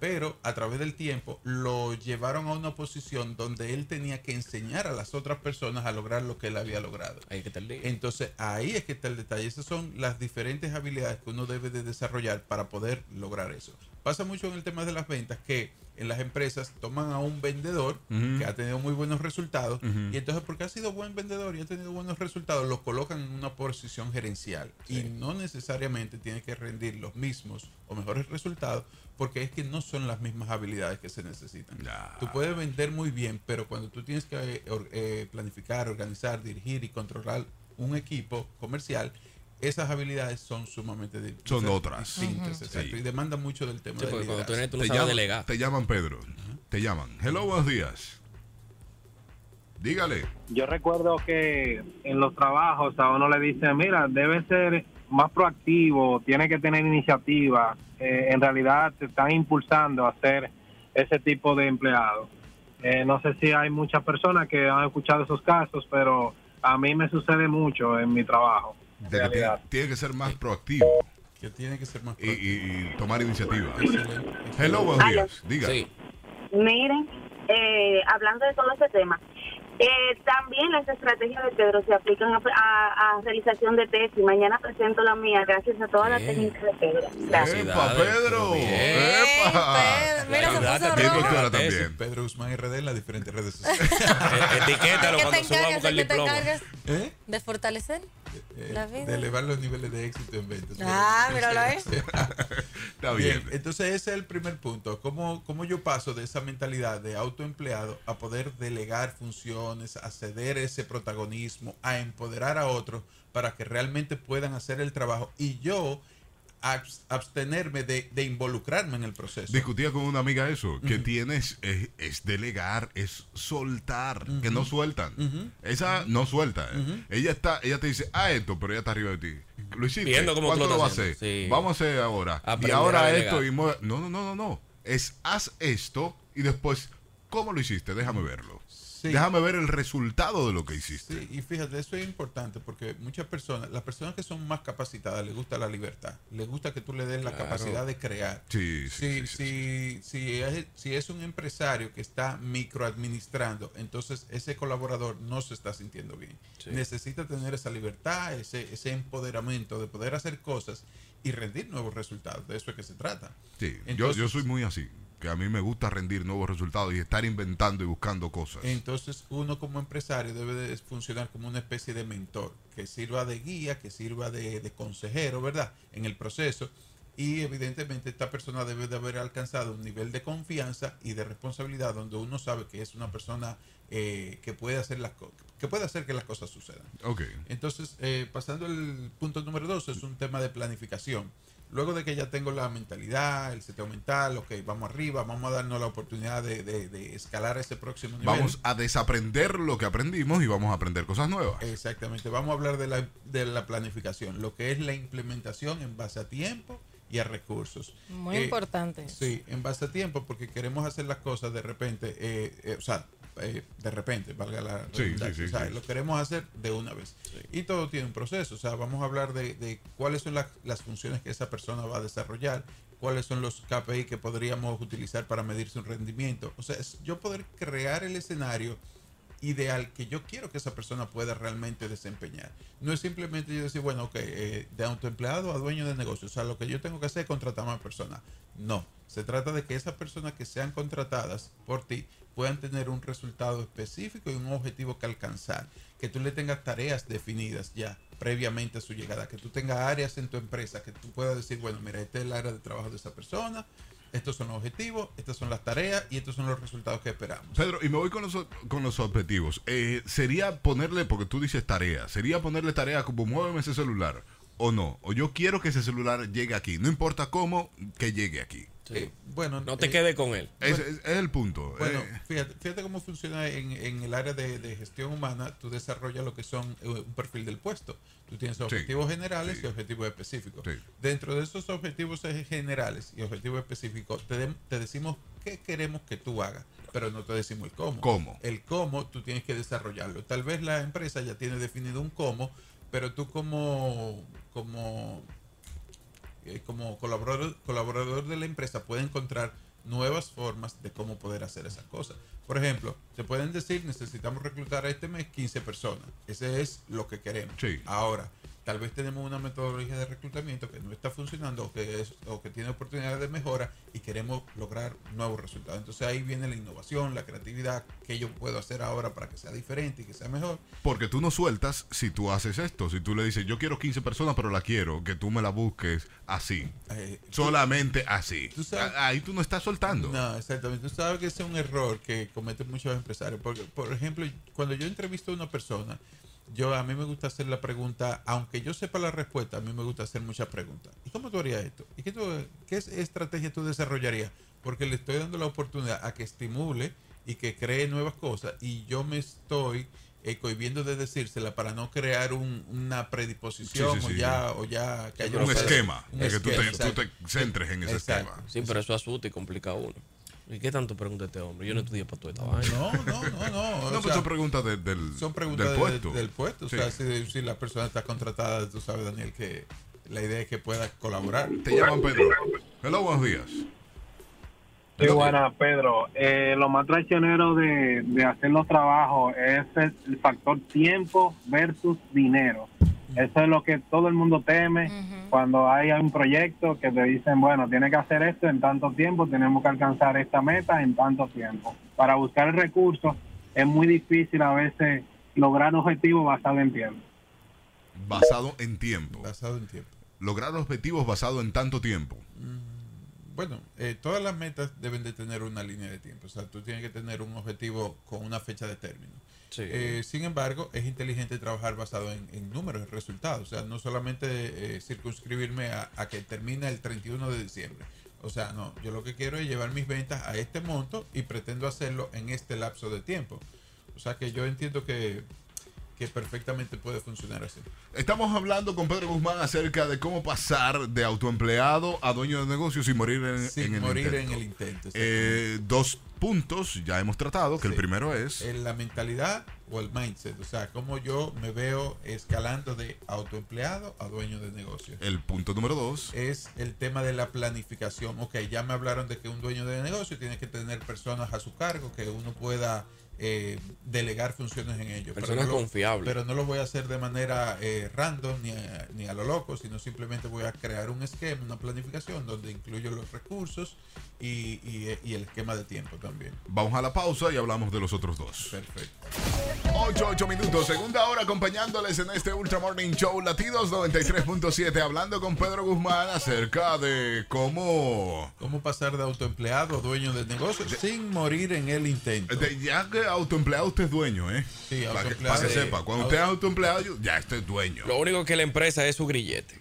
S15: Pero a través del tiempo lo llevaron a una posición donde él tenía que enseñar a las otras personas a lograr lo que él había logrado. Entonces ahí es que está el detalle. Esas son las diferentes habilidades que uno debe de desarrollar para poder lograr eso. Pasa mucho en el tema de las ventas que en las empresas toman a un vendedor
S1: Ujú.
S15: que ha tenido muy buenos resultados
S1: Ujú.
S15: y entonces porque ha sido buen vendedor y ha tenido buenos resultados lo colocan en una posición gerencial y no necesariamente tiene que rendir los mismos o mejores resultados porque es que no son las mismas habilidades que se necesitan. Tú puedes vender muy bien, pero cuando tú tienes que eh, or- eh, planificar, organizar, dirigir y controlar un equipo comercial, esas habilidades son sumamente di-
S1: Son
S15: difer-
S1: otras.
S15: distintas,
S1: Ujú.
S15: exacto,
S1: Sí.
S15: y demanda mucho del tema
S3: Sí,
S15: del
S3: porque cuando tú
S15: liderazgo.
S3: eres- tú no
S1: Te
S3: sabes
S1: llaman-
S3: delegar.
S1: Te llaman Pedro. Te llaman. Hello, buenos días. Dígale.
S16: Yo recuerdo que en los trabajos a uno le dicen, mira, debe ser más proactivo, tiene que tener iniciativa. Eh, en realidad te están impulsando a ser ese tipo de empleado. Eh, no sé si hay muchas personas que han escuchado esos casos, pero a mí me sucede mucho en mi trabajo.
S1: De que tiene, tiene que ser más proactivo.
S15: Que tiene que ser más
S1: proactivo. Y, y tomar iniciativa. Hello, buenos
S7: Aló.
S1: días. Diga.
S7: Miren, eh, hablando de todo ese tema, eh, también las estrategias de Pedro se aplican a, a- a realización de tesis. Mañana presento la mía, gracias a toda la técnica de Pedro. Gracias.
S1: ¡Epa, Pedro! ¡Epa!
S2: Mira, se puso
S15: Date,
S1: Bien,
S15: Pedro,
S1: doctora,
S15: date eso.
S1: también.
S15: Pedro Guzmán RD en las
S2: [laughs]
S15: diferentes redes sociales.
S3: E-, Etiquétalo
S2: ¿Qué te
S3: cuando suba a
S2: encargas?
S3: buscar
S2: ¿De
S3: el
S2: qué te
S3: diploma.
S2: encargas?
S15: ¿Eh?
S2: ¿De fortalecer la
S15: de
S2: vida?
S15: elevar los niveles de éxito en ventas.
S2: Ah, míralo ahí.
S15: Está
S1: bien.
S15: Entonces ese es el primer punto. ¿Cómo, ¿Cómo yo paso de esa mentalidad de autoempleado a poder delegar funciones, a ceder ese protagonismo, a empoderar a otros para que realmente puedan hacer el trabajo y yo abs- abstenerme de, de involucrarme en el proceso?
S1: Discutía con una amiga eso, que tienes es, es delegar, es soltar, que no sueltan. Esa no suelta. eh. Ella está, ella te dice, ah, esto, pero ella está arriba de ti. Lo hiciste.
S3: Viendo cómo tú
S1: ¿Cuándo
S3: lo
S1: lo vas a hacer?
S3: estás haciendo, sí.
S1: Vamos a hacer ahora.
S3: Aprender
S1: y
S3: a
S1: ahora
S3: delegar.
S1: esto. Y mo- no, no, no, no, no. Es haz esto y después, ¿cómo lo hiciste? Déjame verlo. Déjame ver el resultado de lo que hiciste.
S15: Sí, y fíjate, eso es importante porque muchas personas, las personas que son más capacitadas les gusta la libertad, les gusta que tú le des la
S1: Claro.
S15: capacidad de crear.
S1: Sí,
S15: si, si, si es, si es un empresario que está microadministrando, entonces ese colaborador no se está sintiendo bien.
S3: Sí.
S15: Necesita tener esa libertad, ese, ese empoderamiento de poder hacer cosas y rendir nuevos resultados. De eso es que se trata.
S1: Sí, yo,
S15: Entonces-
S1: yo soy muy así, que a mí me gusta rendir nuevos resultados y estar inventando y buscando cosas.
S15: Eh, Entonces uno como empresario debe de funcionar como una especie de mentor, que sirva de guía, que sirva de, de consejero, ¿verdad? En el proceso. Y evidentemente esta persona debe de haber alcanzado un nivel de confianza y de responsabilidad donde uno sabe que es una persona eh, que, puede hacer las co- que puede hacer que las cosas sucedan.
S1: Ok.
S15: Entonces, eh, pasando al punto número dos, es un tema de planificación. Luego de que ya tengo la mentalidad, el sitio mental, ok, vamos arriba, vamos a darnos la oportunidad de, de- de escalar ese próximo nivel.
S1: Vamos a desaprender lo que aprendimos y vamos a aprender cosas nuevas.
S15: Exactamente, vamos a hablar de la, de la planificación, lo que es la implementación en base a tiempo y a recursos.
S17: Muy
S15: Eh,
S17: importante.
S15: Sí, en base a tiempo, porque queremos hacer las cosas de repente, eh, eh, o sea, eh, de repente, valga la
S1: Sí,
S15: redundancia,
S1: sí, sí,
S15: o sea,
S1: sí.
S15: lo queremos hacer de una vez. Y todo tiene un proceso, o sea, vamos a hablar de, de cuáles son las, las funciones que esa persona va a desarrollar, cuáles son los KPI que podríamos utilizar para medir su rendimiento. O sea, es yo poder crear el escenario ideal que yo quiero que esa persona pueda realmente desempeñar. No es simplemente yo decir, bueno, ok, eh, de autoempleado a dueño de negocio. O sea, lo que yo tengo que hacer es contratar más personas. No, se trata de que esas personas que sean contratadas por ti puedan tener un resultado específico y un objetivo que alcanzar. Que tú le tengas tareas definidas ya previamente a su llegada. Que tú tengas áreas en tu empresa que tú puedas decir, bueno, mira, este es el área de trabajo de esa persona. Estos son los objetivos, estas son las tareas y estos son los resultados que esperamos.
S1: Pedro, y me voy con los, con los objetivos. Eh, sería ponerle, porque tú dices tarea, sería ponerle tarea como muéveme ese celular o no. O yo quiero que ese celular llegue aquí. No importa cómo, que llegue aquí. Eh,
S15: bueno,
S3: Eh,
S15: eh,
S3: no te quedes con él.
S1: Es, es- es el punto.
S15: Bueno,
S1: Eh,
S15: fíjate, fíjate cómo funciona en, en el área de, de gestión humana. Tú desarrollas lo que son eh, un perfil del puesto. Tú tienes objetivos generales y objetivos específicos. Dentro de esos objetivos eh, generales y objetivos específicos, te, dem- te decimos qué queremos que tú hagas, pero no te decimos el cómo.
S1: ¿Cómo?
S15: El cómo tú tienes que desarrollarlo. Tal vez la empresa ya tiene definido un cómo, pero tú como, como eh, como colaborador, colaborador de la empresa puede encontrar nuevas formas de cómo poder hacer esas cosas. Por ejemplo, te pueden decir, necesitamos reclutar a este mes 15 personas. Ese es lo que queremos. Ahora, tal vez tenemos una metodología de reclutamiento que no está funcionando o que, es, o que tiene oportunidades de mejora y queremos lograr nuevos resultados. Entonces ahí viene la innovación, la creatividad, que yo puedo hacer ahora para que sea diferente y que sea mejor.
S1: Porque tú no sueltas si tú haces esto. Si tú le dices, yo quiero 15 personas, pero la quiero, que tú me la busques así.
S15: Eh,
S1: Solamente así. A- Ahí tú no estás soltando.
S15: No, exactamente. Tú sabes que ese es un error que cometen muchos empresarios. Porque, por ejemplo, cuando yo entrevisto a una persona, yo a mí me gusta hacer la pregunta, aunque yo sepa la respuesta, a mí me gusta hacer muchas preguntas. ¿Y cómo tú harías esto? ¿Y qué, tú, qué es- estrategia tú desarrollarías? Porque le estoy dando la oportunidad a que estimule y que cree nuevas cosas y yo me estoy eh, cohibiendo de decírsela para no crear un- una predisposición
S1: Sí, sí, sí.
S15: o ya o ya
S1: Un
S15: haya-
S1: esquema, de que tú te- tú
S15: exacto.
S1: te centres en ese
S15: Exacto.
S1: esquema.
S3: Sí, pero eso asusta y complica a uno. ¿Y qué tanto pregunta este hombre? Yo no estudié para toda esta vaina.
S15: No, no, no, no.
S1: No,
S15: o
S1: pues
S15: sea,
S1: son preguntas de- del,
S15: son preguntas
S1: del
S15: de-
S1: puesto.
S15: del puesto.
S1: Sí.
S15: O sea, si, si la persona está contratada, tú sabes, Daniel, que la idea es que pueda colaborar.
S1: Te llaman Pedro. Hello, buenos días.
S16: Sí, buena, Pedro. Eh, lo más traicionero de, de hacer los trabajos es el, el factor tiempo versus dinero. Eso es lo que todo el mundo teme cuando hay un proyecto que te dicen, bueno, tienes que hacer esto en tanto tiempo, tenemos que alcanzar esta meta en tanto tiempo. Para buscar el recurso es muy difícil a veces lograr objetivos basados en tiempo.
S1: Basado en tiempo.
S15: Basado en tiempo.
S1: Lograr objetivos basado en tanto tiempo.
S15: Bueno, eh, todas las metas deben de tener una línea de tiempo. O sea, tú tienes que tener un objetivo con una fecha de término. Eh, sin embargo, es inteligente trabajar basado en, en números, en resultados. O sea, no solamente eh, circunscribirme a, a que termina el 31 de diciembre. O sea, no, yo lo que quiero es llevar mis ventas a este monto y pretendo hacerlo en este lapso de tiempo. O sea, que yo entiendo que, que que perfectamente puede funcionar así.
S1: Estamos hablando con Pedro Guzmán acerca de cómo pasar de autoempleado a dueño de negocio sin morir en,
S15: Sin
S1: en el
S15: morir
S1: intento.
S15: en el intento,
S1: Eh, dos puntos ya hemos tratado, que el primero es...
S15: en la mentalidad o el mindset. O sea, cómo yo me veo escalando de autoempleado a dueño de negocio.
S1: El punto número dos.
S15: Es el tema de la planificación. Ok, ya me hablaron de que un dueño de negocio tiene que tener personas a su cargo, que uno pueda eh, delegar funciones en ellos.
S3: Personas confiables.
S15: Pero no lo voy a hacer de manera eh, random ni a, ni a lo loco, sino simplemente voy a crear un esquema, una planificación donde incluyo los recursos y- y- y el esquema de tiempo también.
S1: Vamos a la pausa y hablamos de los otros dos. Perfecto. 8, 8 minutos, segunda hora acompañándoles en este Ultra Morning Show Latidos 93.7, hablando con Pedro Guzmán acerca de cómo...
S15: ¿Cómo pasar de autoempleado a dueño del negocio sin morir en el intento?
S1: ya que autoempleado usted es dueño, ¿eh?
S15: Sí,
S1: Para que,
S15: autoempleado.
S1: para que
S15: Sí.
S1: sepa, cuando usted es autoempleado, yo- ya usted es dueño.
S3: Lo único que la empresa es su
S15: [laughs]
S3: grillete.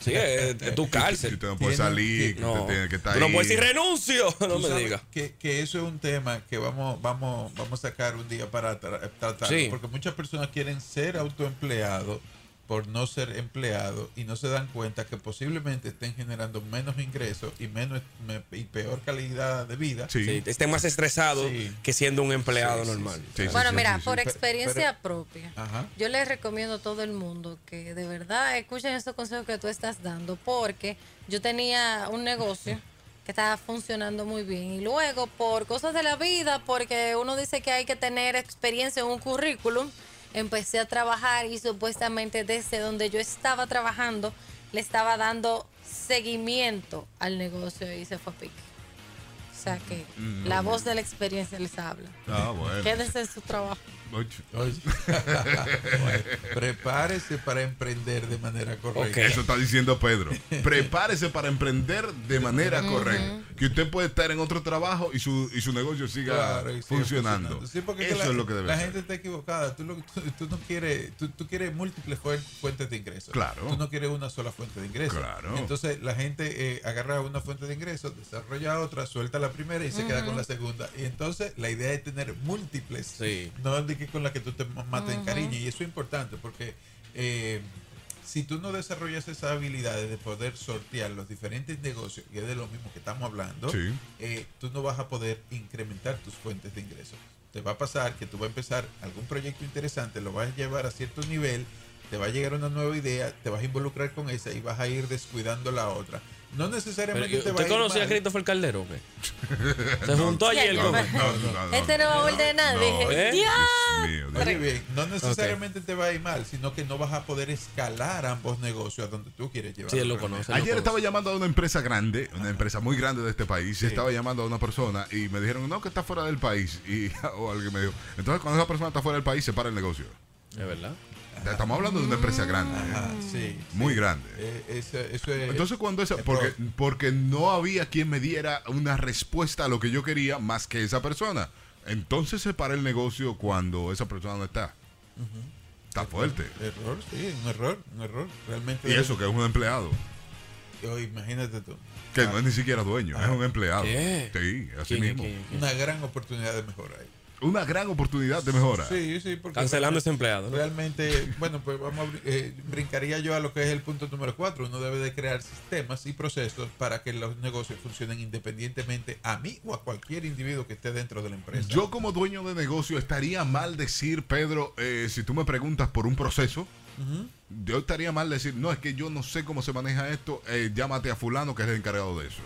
S3: Sí, es, es tu cárcel.
S1: Usted no puede pues salir,
S3: No.
S1: usted tiene que estar
S3: Tú no
S1: ahí.
S3: puedes decir pues renuncio. [laughs] No
S15: Tú
S3: me
S15: sabes
S3: diga.
S15: Que, que eso es un tema que vamos, vamos, vamos a sacar un día para tra- tratar.
S3: Sí.
S15: Porque muchas personas quieren ser autoempleados por no ser empleado y no se dan cuenta que posiblemente estén generando menos ingresos y menos me- y peor calidad de vida.
S3: Sí, estén más estresados que siendo un empleado
S15: Sí, sí,
S3: normal.
S2: Bueno, mira, por
S15: Pero-
S2: experiencia
S15: pero-
S2: propia,
S15: Ajá.
S2: yo les recomiendo a todo el mundo que de verdad escuchen esos consejos que tú estás dando, porque yo tenía un negocio que estaba funcionando muy bien y luego por cosas de la vida, porque uno dice que hay que tener experiencia en un currículum, empecé a trabajar y supuestamente desde donde yo estaba trabajando le estaba dando seguimiento al negocio y se fue a pique. O sea que
S1: Mm.
S2: la voz de la experiencia les habla.
S1: Ah, bueno.
S2: Quédense en su trabajo.
S1: Ocho.
S15: Oye. [laughs] Bueno, prepárese para emprender de manera correcta.
S1: Eso está diciendo Pedro.
S15: [laughs]
S1: Prepárese para emprender de manera
S15: Ujú.
S1: correcta. Que usted puede estar en otro trabajo y su, y su negocio siga
S15: Claro, y sigue
S1: funcionando.
S15: funcionando. Sí, porque
S1: Eso
S15: la,
S1: es lo que debe
S15: La
S1: ser.
S15: gente está equivocada. Tú, lo- tú- tú no quieres, tú, tú quieres múltiples fu- fuentes de ingresos.
S1: Claro.
S15: Tú no quieres una sola fuente de ingresos.
S1: Claro.
S15: Entonces la gente eh, agarra una fuente de ingresos, desarrolla otra, suelta la primera y se queda
S1: Ujú.
S15: con la segunda. Y entonces la idea es tener múltiples. No es de que con la que tú te mates en
S1: Ujú.
S15: cariño. Y eso es importante porque... eh, si tú no desarrollas esas habilidades de poder sortear los diferentes negocios, y es de lo mismo que estamos hablando,
S1: Sí.
S15: eh, tú no vas a poder incrementar tus fuentes de ingresos. Te va a pasar que tú vas a empezar algún proyecto interesante, lo vas a llevar a cierto nivel, te va a llegar una nueva idea, te vas a involucrar con esa y vas a ir descuidando la otra. No necesariamente
S3: Pero,
S15: te va a
S3: ¿Usted
S15: ir
S3: conocía a
S15: mal.
S3: Christopher Caldero?
S1: [laughs]
S3: qué? Se juntó ayer
S15: no,
S3: con
S15: no,
S1: Ah,
S15: no, no, no,
S2: Este no va a ordenar, dije.
S15: ¿eh?
S2: ¡Dios!
S15: Oye, bien, no necesariamente te va a ir mal, sino que no vas a poder escalar ambos negocios a donde tú quieres llevar.
S3: Sí, él lo conoce,
S1: Ayer estaba llamando a una empresa grande, una empresa muy grande de este país, y estaba llamando a una persona y me dijeron, no, que está fuera del país. Y, [laughs] o alguien me dijo, entonces cuando esa persona está fuera del país, se para el negocio.
S3: Es verdad.
S1: Estamos hablando de una empresa grande. ¿eh?
S15: sí,
S1: Muy grande.
S15: Eh, eso- eso es-
S1: Entonces cuando esa,
S15: es
S1: porque, porque no había quien me diera una respuesta a lo que yo quería más que esa persona. Entonces se para el negocio cuando esa persona no está. Está fuerte.
S15: Error, sí, un error, un error. Realmente.
S1: Y eso que es un empleado,
S15: Yo, imagínate tú.
S1: que no es ni siquiera dueño,
S3: Ah,
S1: es un empleado.
S15: ¿Qué?
S1: Sí, así
S15: ¿Quién,
S1: mismo.
S15: quién, quién? Una gran oportunidad de mejora ahí.
S1: Una gran oportunidad de mejora.
S15: Sí, sí, porque
S3: Cancelando
S15: realmente-
S3: ese empleado, ¿no?
S15: Realmente, bueno, pues vamos a brin- eh, brincaría yo a lo que es el punto número cuatro. Uno debe de crear sistemas y procesos para que los negocios funcionen independientemente a mí o a cualquier individuo que esté dentro de la empresa.
S1: Yo como dueño de negocio estaría mal decir, Pedro, eh, si tú me preguntas por un proceso,
S15: Ujú.
S1: yo estaría mal decir, no, es que yo no sé cómo se maneja esto, eh, llámate a fulano que es el encargado de eso.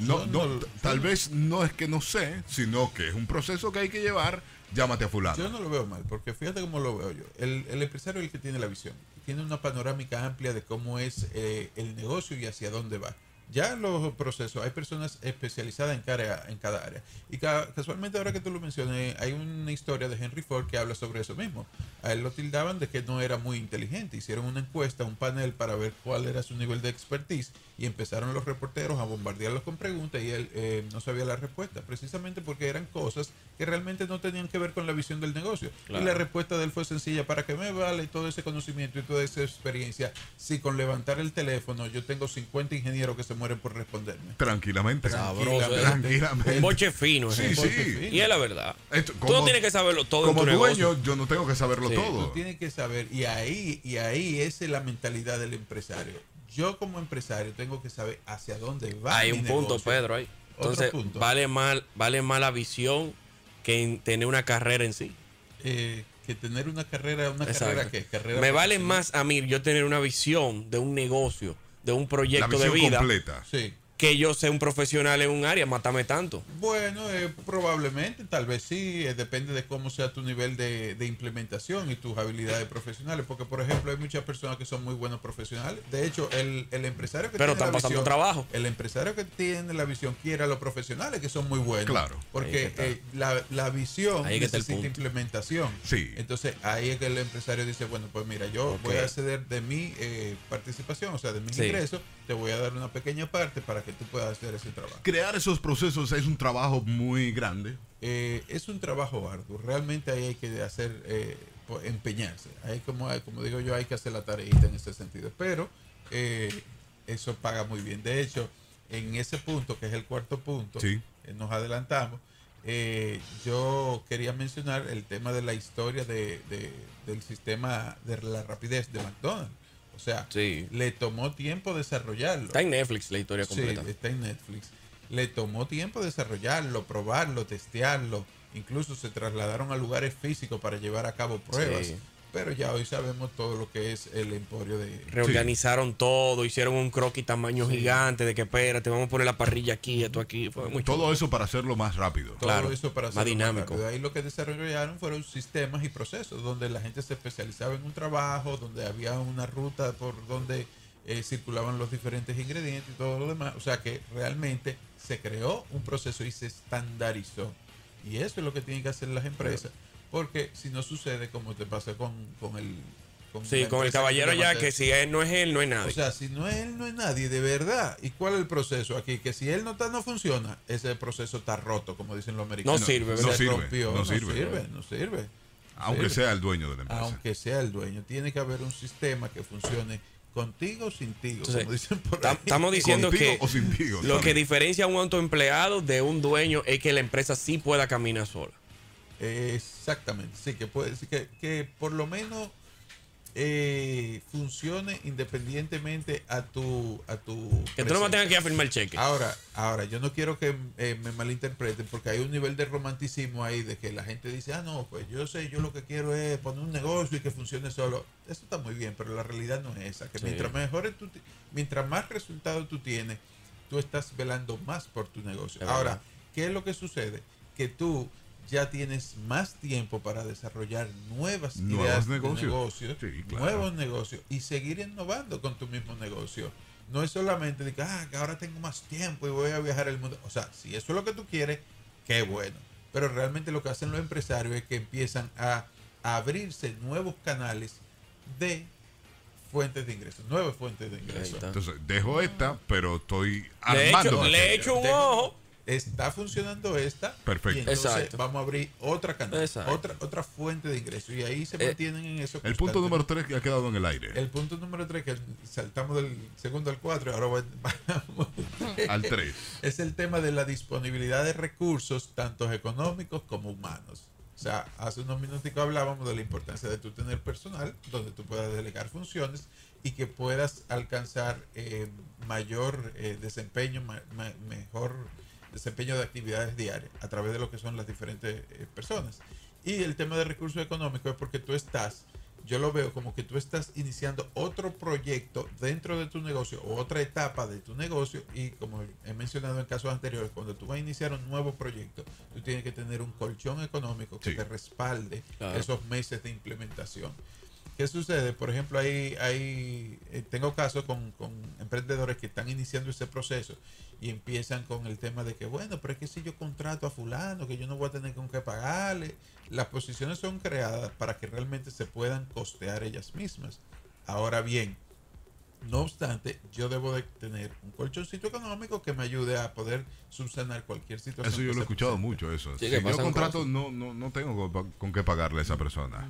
S1: No,
S15: Yo
S1: no,
S15: no-
S1: t- tal
S15: yo-
S1: vez no es que no sé, sino que es un proceso que hay que llevar, llámate a fulano.
S15: Yo no lo veo mal, porque fíjate cómo lo veo yo. El, el empresario es el que tiene la visión, tiene una panorámica amplia de cómo es eh, el negocio y hacia dónde va. Ya los procesos, hay personas especializadas en cada, en cada área. Y ca- casualmente ahora que tú lo mencioné, hay una historia de Henry Ford que habla sobre eso mismo. A él lo tildaban de que no era muy inteligente. Hicieron una encuesta, un panel para ver cuál era su nivel de expertise y empezaron los reporteros a bombardearlos con preguntas y él eh, no sabía la respuesta, precisamente porque eran cosas que realmente no tenían que ver con la visión del negocio.
S3: Claro.
S15: Y la respuesta de él fue sencilla, ¿para qué me vale todo ese conocimiento y toda esa experiencia si con levantar el teléfono yo tengo 50 ingenieros que se mueren por responderme.
S1: Tranquilamente.
S3: Sabroso, ¿eh?
S1: Tranquilamente.
S3: Un boche fino. ¿eh?
S1: Sí,
S3: Un boche
S1: sí.
S3: fino. Y es la verdad.
S1: Esto-
S3: Tú no tienes que saberlo todo en
S1: Como
S3: tu negocio.
S1: dueño, yo no tengo que saberlo
S15: Tú
S1: todo.
S15: tienes que saber. Y ahí, y ahí esa es la mentalidad del empresario. Yo como empresario tengo que saber hacia dónde va.
S3: Hay
S15: mi
S3: un punto,
S15: negocio.
S3: Pedro, ahí.
S15: Otro
S3: Entonces,
S15: punto.
S3: vale mal, vale más la visión que en tener una carrera en sí.
S15: Eh, que tener una carrera, una carrera
S3: Exacto.
S15: que carrera
S3: Me vale
S15: profesional.
S3: más a mí yo tener una visión de un negocio, de un proyecto de
S15: visión
S3: vida.
S15: completa. Sí.
S3: Que yo sea un profesional en un área, matame tanto.
S15: Bueno, eh, probablemente, tal vez sí, eh, depende de cómo sea tu nivel de, de implementación y tus habilidades profesionales, porque por ejemplo hay muchas personas que son muy buenos profesionales. De hecho, el, el empresario que
S3: Pero
S15: tiene
S3: están
S15: la
S3: pasando
S15: visión,
S3: trabajo.
S15: El empresario que tiene la visión quiere a los profesionales que son muy buenos.
S1: Claro.
S3: Ahí
S15: Porque
S3: es que
S15: eh, la, la visión
S3: Ahí es que está el
S15: necesita
S3: punto.
S15: implementación.
S1: Sí.
S15: Entonces ahí es que el empresario dice, bueno, pues mira, yo
S3: Ok.
S15: voy a ceder de mi eh, participación, o sea, de mis
S3: Sí.
S15: ingresos, te voy a dar una pequeña parte para que tú puedas hacer ese trabajo.
S1: Crear esos procesos es un trabajo muy grande.
S15: Eh, es un trabajo arduo. Realmente ahí hay que hacer, eh, po- empeñarse. Ahí como, como digo yo, hay que hacer la tareita en ese sentido. Pero eh, eso paga muy bien. De hecho, en ese punto, que es el cuarto punto,
S1: Sí.
S15: eh, nos adelantamos. eh, yo quería mencionar el tema de la historia de- de- del sistema de la rapidez de McDonald's. O sea,
S3: Sí.
S15: le tomó tiempo desarrollarlo.
S3: Está en Netflix la historia
S15: Sí,
S3: completa.
S15: está en Netflix. Le tomó tiempo desarrollarlo, probarlo, testearlo. Incluso se trasladaron a lugares físicos para llevar a cabo pruebas.
S3: Sí.
S15: Pero ya hoy sabemos todo lo que es el emporio de...
S3: Reorganizaron todo, hicieron un croquis tamaño
S15: Sí.
S3: gigante de que espérate, vamos a poner la parrilla aquí, esto aquí. Fue muy
S1: Todo
S3: chulo.
S1: eso para hacerlo más rápido.
S15: Todo eso para
S3: más
S15: hacerlo
S3: dinámico.
S15: rápido. Ahí lo que desarrollaron fueron sistemas y procesos donde la gente se especializaba en un trabajo, donde había una ruta por donde eh, circulaban los diferentes ingredientes y todo lo demás. O sea que realmente se creó un proceso y se estandarizó. Y eso es lo que tienen que hacer las empresas. Porque si no sucede como te pasa con, con el... Con
S3: Sí,
S15: la
S3: con el
S15: empresa
S3: caballero
S15: te
S3: ya,
S15: maté.
S3: que si él no es él, no es nadie.
S15: O sea, si no es él, no es nadie, de verdad. ¿Y cuál es el proceso aquí? Que si él no está, no funciona. Ese proceso está roto, como dicen los americanos.
S3: No sirve,
S15: Se
S1: ¿verdad? No sirve,
S15: rompió,
S1: no
S15: no
S1: sirve.
S15: sirve, no sirve.
S1: Aunque
S15: Sirve.
S1: sea el dueño de la empresa.
S15: Aunque sea el dueño. Tiene que haber un sistema que funcione contigo o sin ti.
S3: Entonces,
S15: como dicen por
S3: tam-
S15: ahí.
S3: Estamos diciendo que lo
S15: también.
S3: que diferencia a un autoempleado de un dueño es que la empresa sí pueda caminar sola.
S15: Exactamente, sí, que puede sí, que, que por lo menos eh, funcione independientemente a tu a tu
S3: Que tú no
S15: presencia.
S3: más tengas que ir a firmar el cheque.
S15: Ahora, ahora yo no quiero que eh, me malinterpreten porque hay un nivel de romanticismo ahí de que la gente dice, "Ah, no, pues yo sé, yo lo que quiero es poner un negocio y que funcione solo." Eso está muy bien, pero la realidad no es esa, que
S3: Sí.
S15: mientras mejores tú ti- mientras más resultados tú tienes, tú estás velando más por tu negocio.
S3: Es
S15: Ahora,
S3: verdad.
S15: ¿qué es lo que sucede? Que tú ya tienes más tiempo para desarrollar nuevas
S1: Nuevos
S15: ideas
S1: negocios.
S15: de negocios,
S1: Sí, claro.
S15: nuevos negocios y seguir innovando con tu mismo negocio. No es solamente de que, ah, que ahora tengo más tiempo y voy a viajar el mundo. O sea, si eso es lo que tú quieres, qué bueno. Pero realmente lo que hacen los empresarios es que empiezan a abrirse nuevos canales de fuentes de ingresos, nuevas fuentes de ingresos.
S1: Entonces, dejo esta, pero estoy
S15: Ah. Le
S1: armando.
S15: echo un ojo. Está funcionando esta.
S1: Perfecto.
S15: Y entonces
S1: Exacto.
S15: vamos a abrir otra canal,
S1: Exacto.
S15: otra, otra fuente de ingresos. Y ahí se
S1: Eh,
S15: mantienen en eso.
S1: El punto número 3
S15: constantemente.
S1: que ha quedado en el aire.
S15: El punto número 3, que saltamos del segundo al 4, ahora voy- [laughs] vamos
S1: Al tres.
S15: Es el tema de la disponibilidad de recursos, tanto económicos como humanos. O sea, hace unos minutos hablábamos de la importancia de tú tener personal, donde tú puedas delegar funciones y que puedas alcanzar eh, mayor eh, desempeño, ma- ma- mejor desempeño de actividades diarias a través de lo que son las diferentes eh, personas. Y el tema de recursos económicos es porque tú estás yo lo veo como que tú estás iniciando otro proyecto dentro de tu negocio o otra etapa de tu negocio y como he mencionado en casos anteriores, cuando tú vas a iniciar un nuevo proyecto, tú tienes que tener un colchón económico que
S1: Sí.
S15: te respalde
S1: Claro.
S15: esos meses de implementación. ¿Qué sucede? Por ejemplo, hay, hay, eh, tengo casos con, con emprendedores que están iniciando ese proceso y empiezan con el tema de que, bueno, pero es que si yo contrato a fulano, que yo no voy a tener con qué pagarle. Las posiciones son creadas para que realmente se puedan costear ellas mismas. Ahora bien, no obstante, yo debo de tener un colchoncito económico que me ayude a poder subsanar cualquier situación.
S1: Eso yo
S15: que
S1: lo he
S15: se
S1: escuchado
S15: presente.
S1: mucho, eso.
S15: Sí,
S1: si
S15: que
S1: yo
S15: pasan
S1: contrato, no, no, no tengo con, con qué pagarle a esa persona.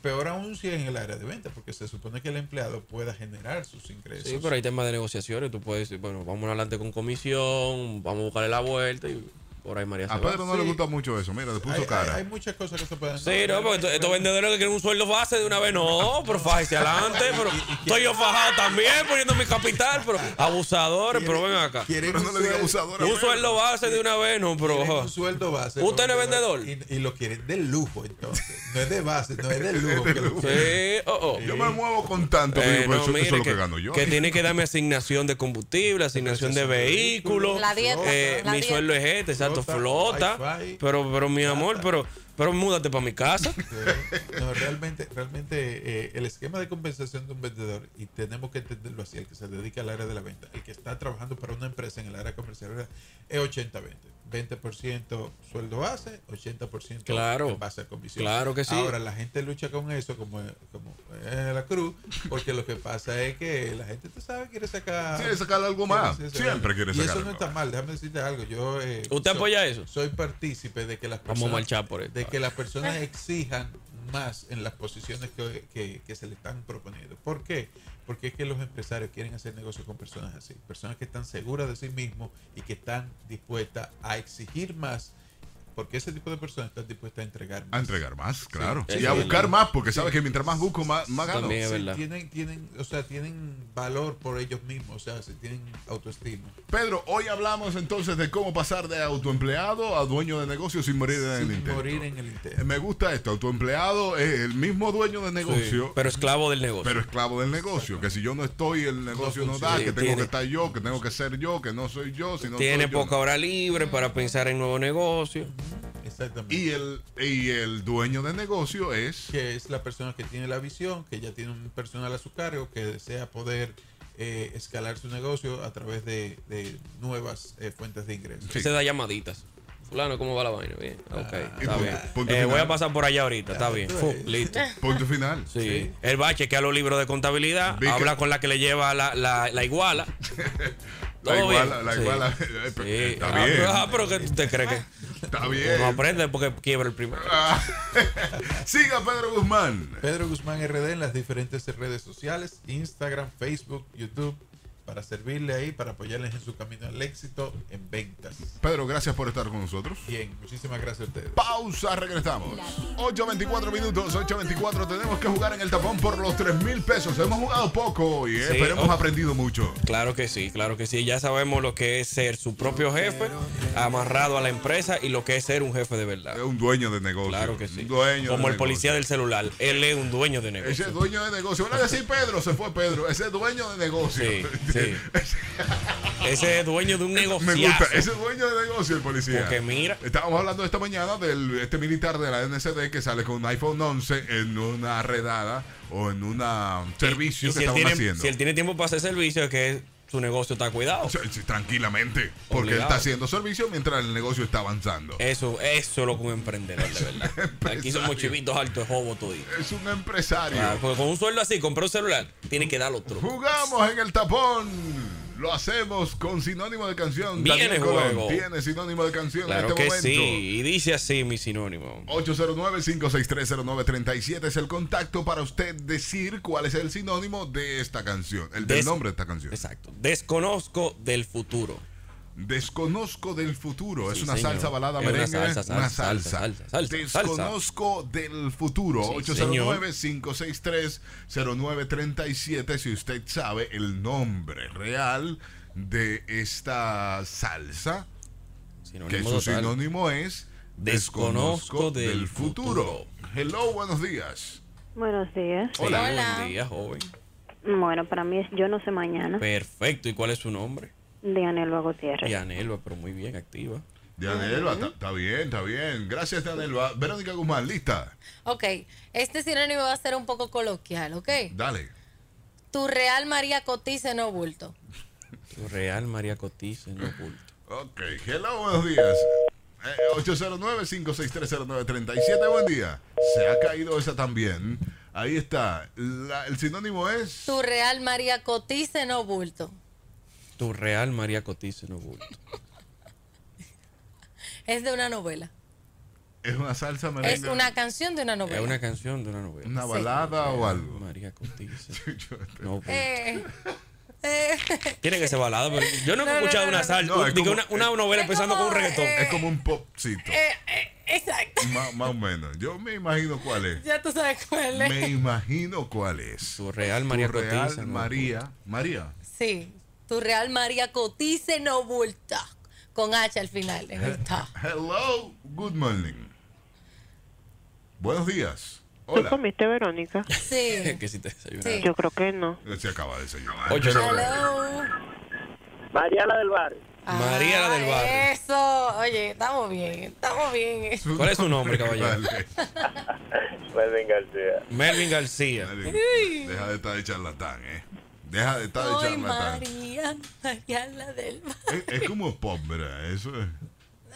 S15: peor aún si es en el área de venta, porque se supone que el empleado pueda generar sus ingresos.
S3: Sí, pero hay temas de negociaciones. Tú puedes decir, bueno, vamos adelante con comisión, vamos a buscarle la vuelta y por ahí María se
S1: A
S3: va.
S1: Pedro no le gusta mucho eso, mira, le puso
S15: Hay,
S1: cara.
S15: Eh, hay- hay muchas cosas que se pueden
S3: Sí, no, porque esto- estos vendedores que quieren un sueldo base de una vez, no, pero fájese
S6: [laughs]
S3: adelante, pero estoy yo fajado también poniendo mi capital, pero abusadores, pero ven acá.
S1: Pero no le diga abusador a
S3: Un
S1: Pedro.
S3: sueldo base de una vez, no,
S15: Quieren
S3: pero.
S15: un sueldo base.
S3: ¿Usted no
S15: lo
S3: es
S15: que va-
S3: vendedor?
S15: Y, y lo quieren de lujo, entonces. No es de base, no es de lujo. que lo quieren.
S3: Sí, oh, oh.
S1: Yo me muevo con tanto,
S3: Eh,
S1: digo, pero
S3: no,
S1: eso, eso
S3: mire
S1: es lo que,
S3: que-
S1: gano yo.
S3: Que tiene que darme asignación de combustible, asignación de vehículo.
S2: La dieta,
S3: eh,
S2: la
S3: mi
S2: dieta.
S3: sueldo es este, exacto, flota. Pero, pero mi amor, pero, pero múdate para mi casa. [laughs]
S15: No, realmente, realmente eh, el esquema de compensación de un vendedor, y tenemos que entenderlo así, el que se dedica al área de la venta, el que está trabajando para una empresa en el área comercial, es 80-20. 20% sueldo base, 80%
S3: Claro.
S15: en base a comisión.
S3: Claro que sí.
S15: Ahora, la gente lucha con eso como, como eh, la cruz, porque lo que pasa es que la gente, tú sabes, quiere sacar...
S1: Quiere sacar algo más.
S15: quiere
S1: Siempre quiere
S15: y
S1: sacar
S15: eso
S1: algo
S15: no está mal, déjame decirte algo. Yo, eh,
S3: ¿Usted
S15: soy-
S3: apoya eso?
S15: Soy partícipe de que las
S3: Vamos a marchar por esto.
S15: de que las personas exijan más en las posiciones que, que- que se le están proponiendo. ¿Por qué? Porque es que los empresarios quieren hacer negocios con personas así, personas que están seguras de sí mismos y que están dispuestas a exigir más, porque ese tipo de personas están dispuestas a entregar más.
S1: A entregar más, claro.
S15: Sí,
S1: y a
S15: sí,
S1: buscar
S15: sí.
S1: más, porque sabes
S15: Sí.
S1: que mientras más busco, más, más gano.
S15: Sí, Tienen, tienen, o sea, tienen valor por ellos mismos, o sea, se tienen autoestima.
S1: Pedro, hoy hablamos entonces de cómo pasar de autoempleado a dueño de negocio sin morir en el
S15: Sin
S1: intento.
S15: morir en el intento.
S1: Eh, Me gusta esto, autoempleado es el mismo dueño de negocio.
S3: Sí, pero esclavo del negocio.
S1: Pero esclavo del negocio, que si yo no estoy, el negocio no, da,
S3: funciona.
S1: que
S3: Sí,
S1: tengo
S3: tiene-
S1: que estar yo, que tengo que ser yo, que no soy yo, sino
S3: Tiene
S1: soy yo.
S3: poca hora libre para pensar en nuevo negocio.
S15: Exactamente.
S1: Y el, y el dueño de negocio es...
S15: que es la persona que tiene la visión, que ya tiene un personal a su cargo, que desea poder eh, escalar su negocio a través de, de nuevas eh, fuentes de ingresos.
S3: Se da llamaditas. Fulano, ¿cómo va la vaina? Bien.
S1: Ah,
S3: Ok, está
S15: punto-
S3: bien.
S15: punto
S3: Eh,
S15: final.
S3: voy a pasar por allá ahorita, está
S15: Ya,
S3: bien.
S15: tú
S3: Fu,
S15: eres.
S3: listo.
S1: Punto
S3: [laughs]
S1: final.
S3: Sí. El bache que a los libros de contabilidad,
S1: Vi que-
S3: habla con la que le lleva la, la, la iguala.
S1: [laughs] La
S3: Todo
S1: iguala,
S3: bien.
S1: la
S3: Sí.
S1: iguala.
S3: Sí.
S1: [laughs] Está
S3: Ah,
S1: bien.
S3: pero- Ah, pero que usted cree que.
S1: Está bien. Ah,
S3: Uno aprende porque quiebra el primero.
S1: [laughs] Siga Pedro Guzmán.
S15: Pedro Guzmán RD en las diferentes redes sociales, Instagram, Facebook, YouTube, para servirle ahí, para apoyarles en su camino al éxito en ventas.
S1: Pedro, gracias por estar con nosotros.
S15: Bien, muchísimas gracias a ustedes.
S1: Pausa, regresamos. 8.24 minutos, 8.24. Tenemos que jugar en el tapón por los 3 mil pesos. Hemos jugado poco y eh,
S3: Sí,
S1: pero hemos
S3: oh.
S1: aprendido mucho.
S3: Claro que sí, claro que sí. Ya sabemos lo que es ser su propio jefe, amarrado a la empresa y lo que es ser un jefe de verdad.
S1: Un dueño de negocio.
S3: Claro que sí.
S1: Un dueño
S3: Como
S1: de
S3: el policía del celular. Él es un dueño de negocio.
S1: Ese dueño de negocio. Van a decir Pedro, se fue Pedro. Ese dueño de negocio.
S3: Sí,
S1: [laughs]
S3: sí. Ese es dueño de un negocio.
S1: Me gusta, ese dueño de negocio el policía.
S3: Porque mira.
S1: Estábamos hablando esta mañana del este militar de la NCD que sale con un iPhone 11 en una redada o en un servicio
S3: Y
S1: que
S3: si, él
S1: estaban
S3: tiene,
S1: haciendo.
S3: si él tiene tiempo para hacer servicio, es que su negocio está cuidado.
S1: Sí, sí, Tranquilamente, porque él
S3: Obligado.
S1: está haciendo servicio mientras el negocio está avanzando.
S3: Eso, eso es lo que un emprendedor, de verdad. Aquí somos chivitos altos, jobo todito.
S1: Es un empresario.
S3: Claro, porque con un sueldo así, comprar un celular, tiene que dar los trucos.
S1: Jugamos en el tapón. Lo hacemos con sinónimo de canción.
S3: Viene
S1: Daniel Colón
S3: juego.
S1: Tiene sinónimo de canción
S3: Claro
S1: en este
S3: que
S1: momento.
S3: sí. Y dice así mi sinónimo.
S1: 809-56309-37 es el contacto para usted decir cuál es el sinónimo de esta canción, el del
S3: Des-
S1: nombre de esta canción.
S3: Exacto. Desconozco del futuro.
S1: Desconozco del futuro. es
S3: Sí,
S1: una
S3: señor.
S1: salsa balada
S3: Es una
S1: merengue. ¿eh?
S3: salsa, salsa,
S1: una
S3: salsa,
S1: salsa.
S3: salsa, salsa,
S1: Desconozco del futuro.
S3: Sí,
S1: 809-563-0937. Si usted sabe el nombre real de esta salsa, que su
S3: total.
S1: sinónimo es
S3: Desconozco
S1: Desconozco
S3: del
S1: del futuro. Hello, buenos días.
S17: Buenos días.
S3: Hola. Buen día, joven.
S17: Bueno, para mí es Yo No sé mañana,
S3: Perfecto. ¿Y cuál es su nombre?
S17: de Anelba Gutiérrez.
S3: Yanelva, pero muy bien activa.
S1: Yanelva, está está bien, está bien. Gracias, Yanelva. Verónica Guzmán, lista.
S2: Ok, este sinónimo va a ser un poco coloquial, ¿ok?
S1: Dale.
S2: Tu Real María Cotice no bulto.
S3: Tu Real María Cotiza en lo oculto.
S1: Ok, hello, buenos días. Eh, 809-56309-37, buen día. Se ha caído esa también. Ahí está. La- el sinónimo es.
S2: Tu Real María Cotice no bulto.
S3: Tu Real María Cotiza en lo oculto.
S2: Es de una novela.
S1: Es una salsa merengue.
S2: Es una canción de una novela.
S3: Es una canción de una novela.
S1: Una balada o algo.
S3: María
S1: [laughs]
S3: Cortés. no, pues.
S2: Eh, eh,
S3: Tiene que ser balada, pero yo nunca
S2: No,
S3: he
S2: no,
S3: escuchado
S2: no,
S3: una
S2: no.
S3: sal,
S1: No, es
S3: digo,
S1: como-
S3: una, una novela pues, empezando con un reggaetón.
S1: Es como un popcito.
S2: eh, eh, exacto.
S1: Má- más o menos. Yo me imagino cuál es.
S2: Ya tú sabes cuál es.
S1: Me imagino cuál es. Tu
S3: real María
S1: real
S3: Cotiza, ¿no?
S1: María. María.
S2: Sí. Tu Real María Cotice no bulta. Con H al final. en
S3: Eh.
S2: el ta.
S1: Hello, good morning. Buenos días.
S18: ¿Tú
S1: Hola.
S18: comiste, Verónica?
S2: Sí.
S3: [laughs] que si te desayunas.
S18: Yo creo que no.
S1: Se acaba de desayunar.
S3: Ocho
S1: Pero-
S4: Mariana del Bar.
S2: Ah.
S3: María la del barrio.
S2: Eso. Oye, estamos bien. Estamos bien.
S3: ¿Cuál es su nombre, caballero?
S1: Melvin García.
S3: Melvin García.
S1: Deja de estar de charlatán, ¿eh? Deja de estar de
S2: Soy
S1: charlatán.
S2: María, María la del Mar.
S1: Es, es como pop, ¿verdad? Eso es.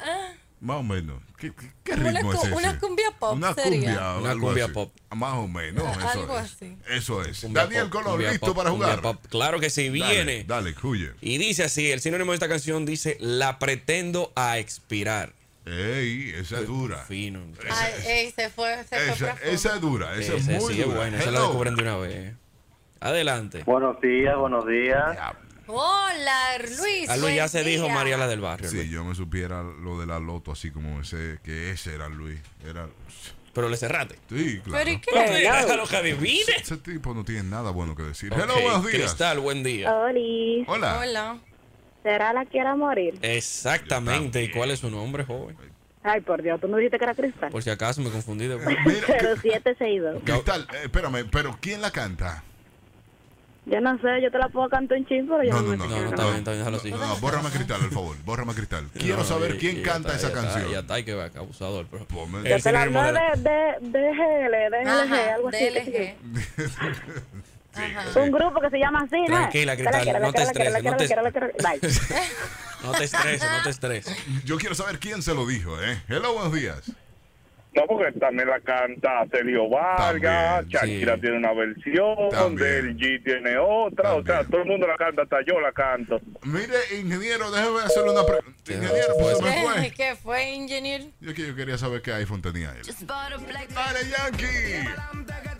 S2: Ah,
S1: Más o menos. ¿Qué, qué- qué
S2: Una,
S1: ritmo
S2: cu-
S1: es ese?
S2: una cumbia pop
S1: Una
S2: sería.
S1: cumbia,
S3: Una
S1: ah, algo
S3: cumbia
S1: así.
S3: pop.
S1: Más o menos. Eso
S2: Algo
S1: es.
S2: así.
S1: Eso es.
S3: Cumbia
S1: Daniel
S3: pop,
S1: Colón,
S3: cumbia
S1: listo
S3: pop,
S1: para
S3: cumbia
S1: jugar.
S3: pop. Claro que sí,
S1: Dale,
S3: viene.
S1: Dale, cuye.
S3: Y dice así, el sinónimo de esta canción dice, la pretendo a expirar.
S1: Ey, esa es dura.
S3: Fino.
S2: Ay, ey, se fue, se fue
S1: Esa, eh.
S2: profundo.
S1: esa es dura, esa es
S3: Ese
S1: muy
S3: sí es
S1: dura.
S3: bueno, esa la
S1: Hello.
S3: descubren de una vez. Adelante.
S4: Buenos días, buenos días.
S2: Hola, Luis.
S1: Algo
S2: buen día.
S3: del Barrio.
S1: Si yo me supiera lo de la loto, así como ese, que ese era Luis. Era...
S3: Pero le cerraste.
S1: Sí, claro.
S2: ¿Pero y qué?
S3: Pero déjalo que adivine.
S1: Ese- Ese tipo no tiene nada bueno que decir.
S3: Ok,
S1: Hello, buenos días.
S3: Cristal, buen día.
S17: Oli.
S1: Hola.
S17: ¿Será la que era morir?
S3: Exactamente. ¿Y cuál es su nombre, joven?
S17: Ay, por Dios, tú no dijiste que era Cristal.
S3: Por si acaso me confundí de...
S17: [laughs] 0762.
S1: Cristal, eh, espérame, pero ¿quién la canta?
S17: Yo no sé, yo te la puedo cantar un chingo, pero yo
S1: No,
S17: no,
S1: no,
S17: me
S1: no.
S17: sé.
S1: No,
S3: está bien, está bien, déjalo así.
S1: No, bórrame cristal, por favor. Bórrame cristal. Quiero
S3: No,
S1: saber
S3: y-
S1: quién
S3: y ya
S1: canta
S3: está,
S1: esa
S3: ya está,
S1: canción. Pues
S3: Ya está, y que va, que abusador. Pero...
S1: Ponme-
S17: Yo te la
S3: sinónimo
S17: no
S3: de la-
S17: de, de, DGL,
S2: Ajá,
S17: DGL, algo así. qué sé yo. Un grupo que se llama así, ¿no?
S3: Tranquila, Cristal, no te estreses, no te-
S17: estreses.
S3: No te estreses, no te estreses.
S1: Yo quiero saber quién se lo dijo, ¿eh? Hello, buenos días.
S13: [laughs] No, porque también la canta Sergio Vargas, Shakira tiene una versión, Del G tiene otra, o sea, todo el mundo la canta, hasta yo la canto.
S1: Mire, ingeniero, déjeme hacerle una pregunta. Ingeniero, pues se
S2: [laughs]
S1: me fue.
S2: ¿Qué fue, ingeniero?
S1: Yo, que- yo quería saber qué iPhone tenía él. Dale, Yankee.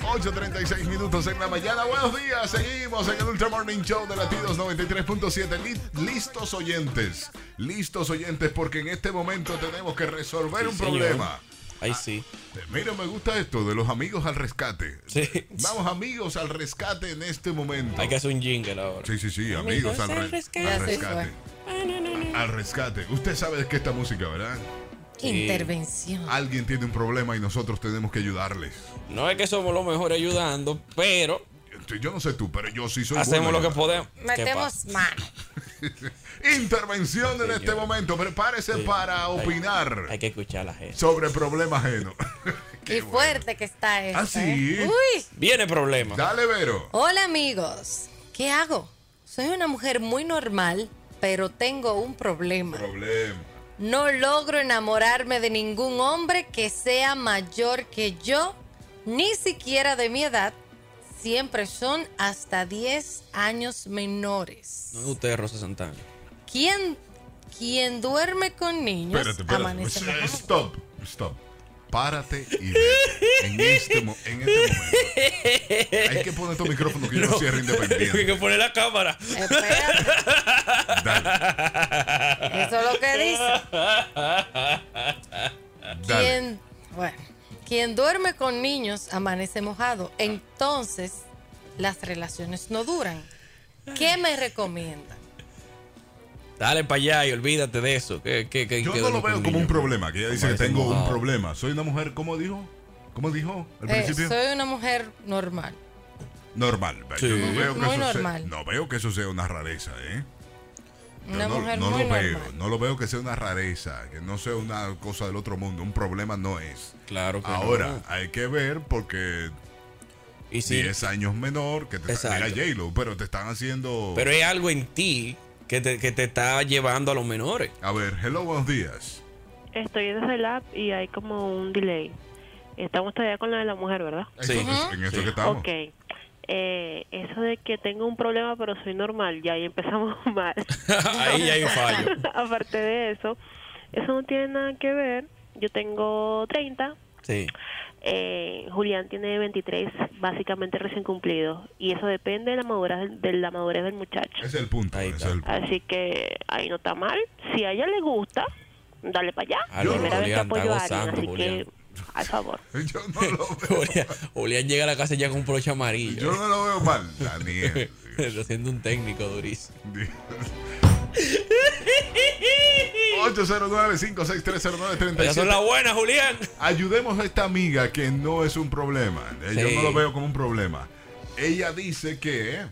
S1: 8.36 minutos en la mañana. Buenos días. Seguimos en el Ultra Morning Show de Latidos 93.7. Li- listos oyentes. Listos oyentes porque en este momento tenemos que resolver un
S3: señor.
S1: problema. Ah,
S3: Ahí sí.
S1: Mira, me gusta esto de los amigos al rescate.
S3: Sí.
S1: Vamos amigos al rescate en este momento.
S3: Hay que hacer un jingle ahora.
S1: Sí, sí, sí, amigos al, re- al rescate. Al rescate. Usted sabe de qué esta música, ¿verdad?
S2: Intervención.
S1: Alguien tiene un problema y nosotros tenemos que ayudarles.
S3: [laughs] No es que somos los mejores ayudando, pero
S1: Este, Yo no sé tú, pero yo sí soy
S3: hacemos
S1: bueno
S3: lo que
S1: ayudando.
S3: podemos.
S2: Metemos mano.
S1: Intervención en este momento. Prepárese para opinar. Hay
S3: que escuchar a la gente.
S1: Sobre problemas ajenos.
S2: Y fuerte que está esto.
S1: Ah, sí.
S2: ¿eh? Uy.
S3: Viene problema.
S1: Dale, Vero.
S2: Hola amigos, ¿qué hago? Soy una mujer muy normal, pero tengo un problema.
S1: Problema.
S2: No logro enamorarme de ningún hombre que sea mayor que yo, ni siquiera de mi edad. Siempre son hasta 10 años menores.
S3: No es usted, Rosa Santana.
S2: ¿Quién, quien duerme con niños
S1: Espérate, espérate.
S2: amanece
S1: Eh,
S2: mojado?
S1: Stop, stop. Párate y ve. En este, mo- en este momento. Hay que poner tu micrófono que yo no cierre independiente.
S3: Hay que poner la cámara.
S2: Eso es lo que dice. Quien, bueno, quien duerme con niños amanece mojado. Entonces, las relaciones no duran. ¿Qué me recomienda?
S3: Dale para allá y olvídate de eso. ¿Qué, qué, qué,
S1: Yo
S3: qué
S1: no lo
S3: dolor
S1: veo
S3: con
S1: como
S3: niño?
S1: un problema. Que ella dice que
S3: Amanece
S1: tengo un
S3: mojado.
S1: problema. Soy una mujer, ¿cómo dijo? ¿Cómo dijo al
S2: Eh,
S1: principio?
S2: soy una mujer normal.
S1: Normal.
S3: Sí.
S1: Yo no veo que
S2: Muy
S1: eso Sea,
S2: normal.
S1: no veo que eso sea una rareza, ¿eh? Yo
S2: Una
S1: no,
S2: mujer
S1: no
S2: muy
S1: lo veo,
S2: normal.
S1: no lo veo que sea una rareza, que no sea una cosa del otro mundo, un problema no es.
S3: Claro que
S1: Ahora,
S3: no.
S1: hay que ver porque
S3: Y si-
S1: 10 años menor que te está-
S3: Exacto.
S1: mira J-Lo, pero te están haciendo...
S3: Pero hay algo en ti que te, que te está llevando a los menores.
S1: A ver, hello, buenos días.
S18: Estoy desde el app y hay como un delay. Estamos todavía con la de la mujer, ¿verdad?
S1: Sí. Entonces, en eso que estamos.
S18: Ok. Eh, eso de que tengo un problema pero soy normal, ya ahí empezamos [laughs]
S3: [laughs]
S18: mal. [laughs]
S3: Ahí ya hay un fallo.
S18: Aparte de eso, eso no tiene nada que ver yo tengo 30,
S3: Sí.
S18: eh, Julián tiene 23, básicamente recién cumplido, y eso depende de la madurez, de la madurez del muchacho.
S1: Es el punto. ese es el punto.
S18: Así que ahí no está mal. Si a ella le gusta, dale para allá.
S3: Ah, no,
S18: Primera vez que
S3: Julián,
S18: apoyo a
S3: está
S18: alguien, así
S3: gozando,
S18: que al
S1: [laughs]
S18: favor.
S3: [laughs] Julián, Julián llega a la casa ya con un broche amarillo.
S1: Yo no lo veo mal, Daniel.
S3: [laughs] Está siendo un técnico durísimo.
S1: 809-56309-37.
S3: Esas son las buenas, Julián.
S1: Ayudemos a esta amiga que no es un problema. Eh, Yo
S3: Sí.
S1: no lo veo como un problema. Ella dice que.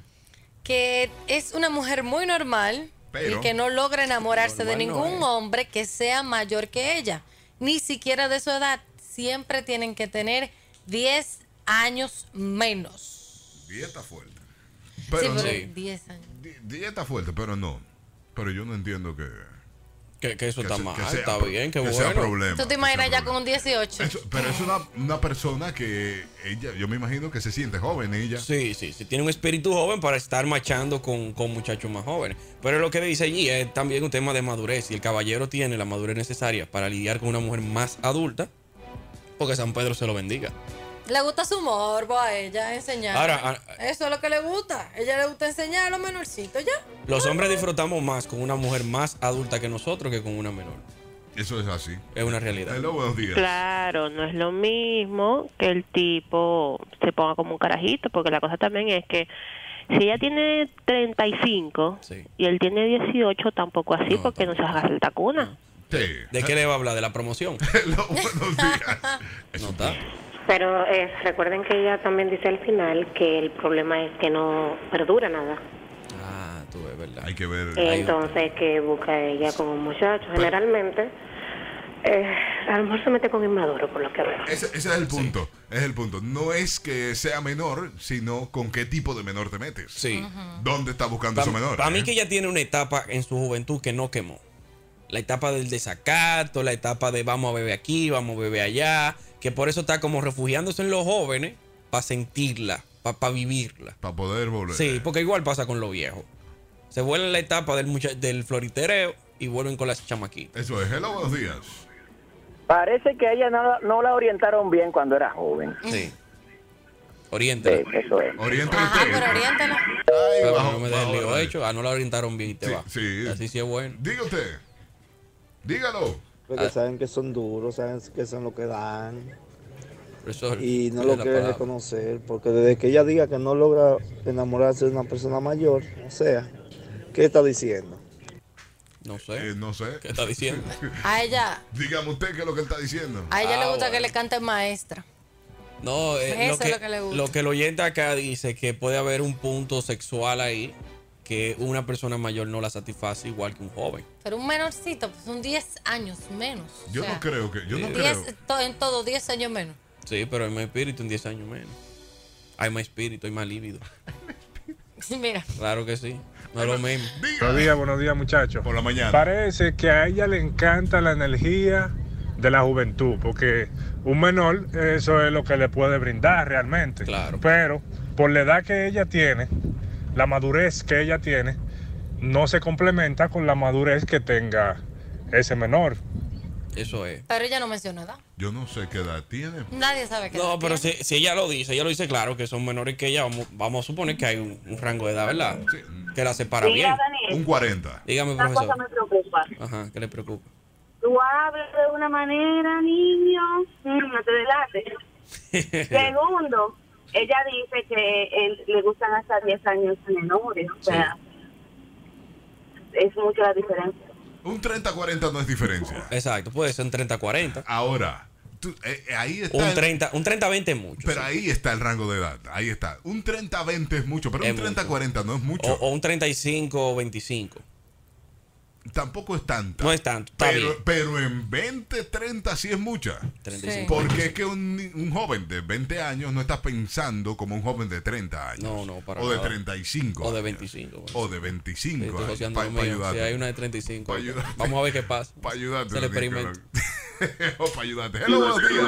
S2: que es una mujer muy normal
S1: Pero-
S2: y que no logra enamorarse de
S1: Normal no
S2: ningún hombre que sea mayor que ella, ni siquiera de su edad. Siempre tienen que tener 10 años menos.
S1: Dieta fuerte.
S2: sí,
S1: Pero
S2: pero
S1: no.
S2: 10 años.
S1: Di- Dieta fuerte, pero no. Pero yo no entiendo que.
S3: Que, eso está mal, está
S1: pro-
S3: bien, qué
S1: que sea
S3: bueno.
S1: problema.
S2: ¿Tú te imaginas ya con un 18?
S1: Pero es una, una persona que ella, yo me imagino que se siente joven ella.
S3: Sí, sí, sí, tiene un espíritu joven para estar machando con, con muchachos más jóvenes. Pero lo que dice allí es también un tema de madurez. Y el caballero tiene la madurez necesaria para lidiar con una mujer más adulta, porque San Pedro se lo bendiga.
S2: Le gusta su morbo a ella, enseñar.
S3: Ahora, ah, ahora,
S2: Eso es lo que le gusta. A ella le gusta enseñar a los menorcitos ya.
S3: los hombres disfrutamos más con una mujer más adulta que nosotros que con una menor.
S1: Eso es así.
S3: Es una realidad.
S1: Hello, buenos días.
S18: Claro, no es lo mismo que el tipo se ponga como un carajito, porque la cosa también es que si ella tiene 35 y él tiene 18, tampoco así, porque no se haga el tacuna.
S3: ¿De qué le va a hablar? ¿De
S1: [laughs]
S3: la promoción? No está.
S19: Pero eh, recuerden que ella también dice al final que el problema es que no perdura nada.
S3: Ah, tú es verdad.
S1: Hay que ver.
S19: Y entonces que busca ella con un muchacho. Generalmente, eh, a lo mejor se mete con inmaduro, por lo que veo.
S1: Ese, ese es el punto. Es el punto. No es que sea menor, sino con qué tipo de menor te metes.
S3: Sí.
S1: ¿Dónde está buscando
S3: Para
S1: su menor? ¿Eh?
S3: mí que ella tiene una etapa en su juventud que no quemó. La etapa del desacato, la etapa de vamos a beber aquí, vamos a beber allá, que por eso está como refugiándose en los jóvenes para sentirla, para vivirla.
S1: Para poder volver.
S3: Sí, porque igual pasa con los viejos. Se vuelven la etapa del, mucha- del floritereo y vuelven con las chamaquitas.
S1: Eso es, hello, buenos días.
S20: Parece que a ella no, la- no la orientaron bien cuando era joven.
S3: Sí. Oriéntala.
S20: eso es.
S1: Oriéntala
S3: usted.
S2: Pero oriéntala.
S3: no me des lío hecho. Ah, no la orientaron bien y te va. Así sí es bueno.
S1: Diga usted. Dígalo.
S3: Ah.
S21: Porque saben que son duros, saben que son lo que dan.
S3: Profesor,
S21: Y no
S3: ¿cuál es
S21: lo
S3: la
S21: quieren
S3: palabra?
S21: reconocer, porque desde que ella diga que no logra enamorarse de una persona mayor, o sea, ¿qué está diciendo?
S3: No sé.
S1: no sé. ¿Qué
S3: Eh, está diciendo?
S2: A ella,
S1: [laughs] Dígame usted qué es lo que él está diciendo.
S2: a ella le
S3: Ah,
S2: gusta que le cante maestra.
S3: No, eh,
S2: Eso
S3: lo,
S2: es
S3: que,
S2: lo que le gusta.
S3: lo que el oyente acá dice que puede haber un punto sexual ahí que una persona mayor no la satisface igual que un joven.
S2: Pero un menorcito, pues son 10 años menos. O
S3: Yo
S2: sea,
S3: no creo que- yo no
S2: 10
S3: creo.
S2: to- en todo, 10 años menos.
S3: Eh,
S2: [laughs]
S3: Sí, pero hay más espíritu en 10 años menos. Hay más espíritu, hay más líbido.
S2: Mira.
S3: Claro que sí. No es lo mismo.
S22: Buenos días, buenos días muchachos.
S1: Por la mañana.
S22: Parece que a ella le encanta la energía de la juventud, porque un menor eso es lo que le puede brindar realmente. Claro. Pero por la edad que ella tiene, la madurez que ella tiene, no se complementa con la madurez que tenga ese menor.
S3: Eso es.
S2: Pero ella no menciona nada.
S1: Yo no sé qué edad tiene.
S2: Nadie sabe qué
S3: No, pero si, si ella lo dice, ella lo dice claro que son menores que ella. Vamos, vamos a suponer que hay un, un rango de edad, ¿verdad? Que la separa
S7: Mira,
S3: bien.
S7: Daniel. Un
S1: 40.
S3: Dígame,
S7: Una cosa me
S3: profesor.
S7: preocupa.
S3: Ajá, ¿qué le preocupa?
S7: Tú hablas de una manera, niño, Mm, no te delates. Segundo, ella dice que él- le gustan hasta 10 años menores, o sea, es mucha la diferencia.
S1: Un 30-40 no es diferencia.
S3: Exacto, puede ser un 30-40.
S1: Ahora, tú, eh, eh, ahí está.
S3: Un
S1: el-
S3: 30, un 20 es mucho.
S1: Pero
S3: sí.
S1: ahí está el rango de edad. Ahí está. Un 30-20 es mucho, pero
S3: Es
S1: un 30-40 no es mucho.
S3: O, o un 35 o 25.
S1: Tampoco es tanto.
S3: No es tanto. Está bien.
S1: Pero, pero en 20, 30 sí es mucha.
S3: 35, Sí.
S1: Porque es que un, ni- un joven de 20 años no está pensando como un joven de 30 años.
S3: No, no, para
S1: O de
S3: nada.
S1: 35.
S3: O de
S1: años.
S3: 25.
S1: O de 25.
S3: Estoy
S1: años,
S3: joseando
S1: pa-
S3: lo
S1: pa
S3: mío.
S1: ayudarte.
S3: Si hay una de 35. Vamos a ver qué pasa.
S1: Para ayudarte.
S3: Es el
S1: Daniel, [laughs]
S3: experimento. [laughs]
S1: claro. o para ayudarte. Hello, buenos días.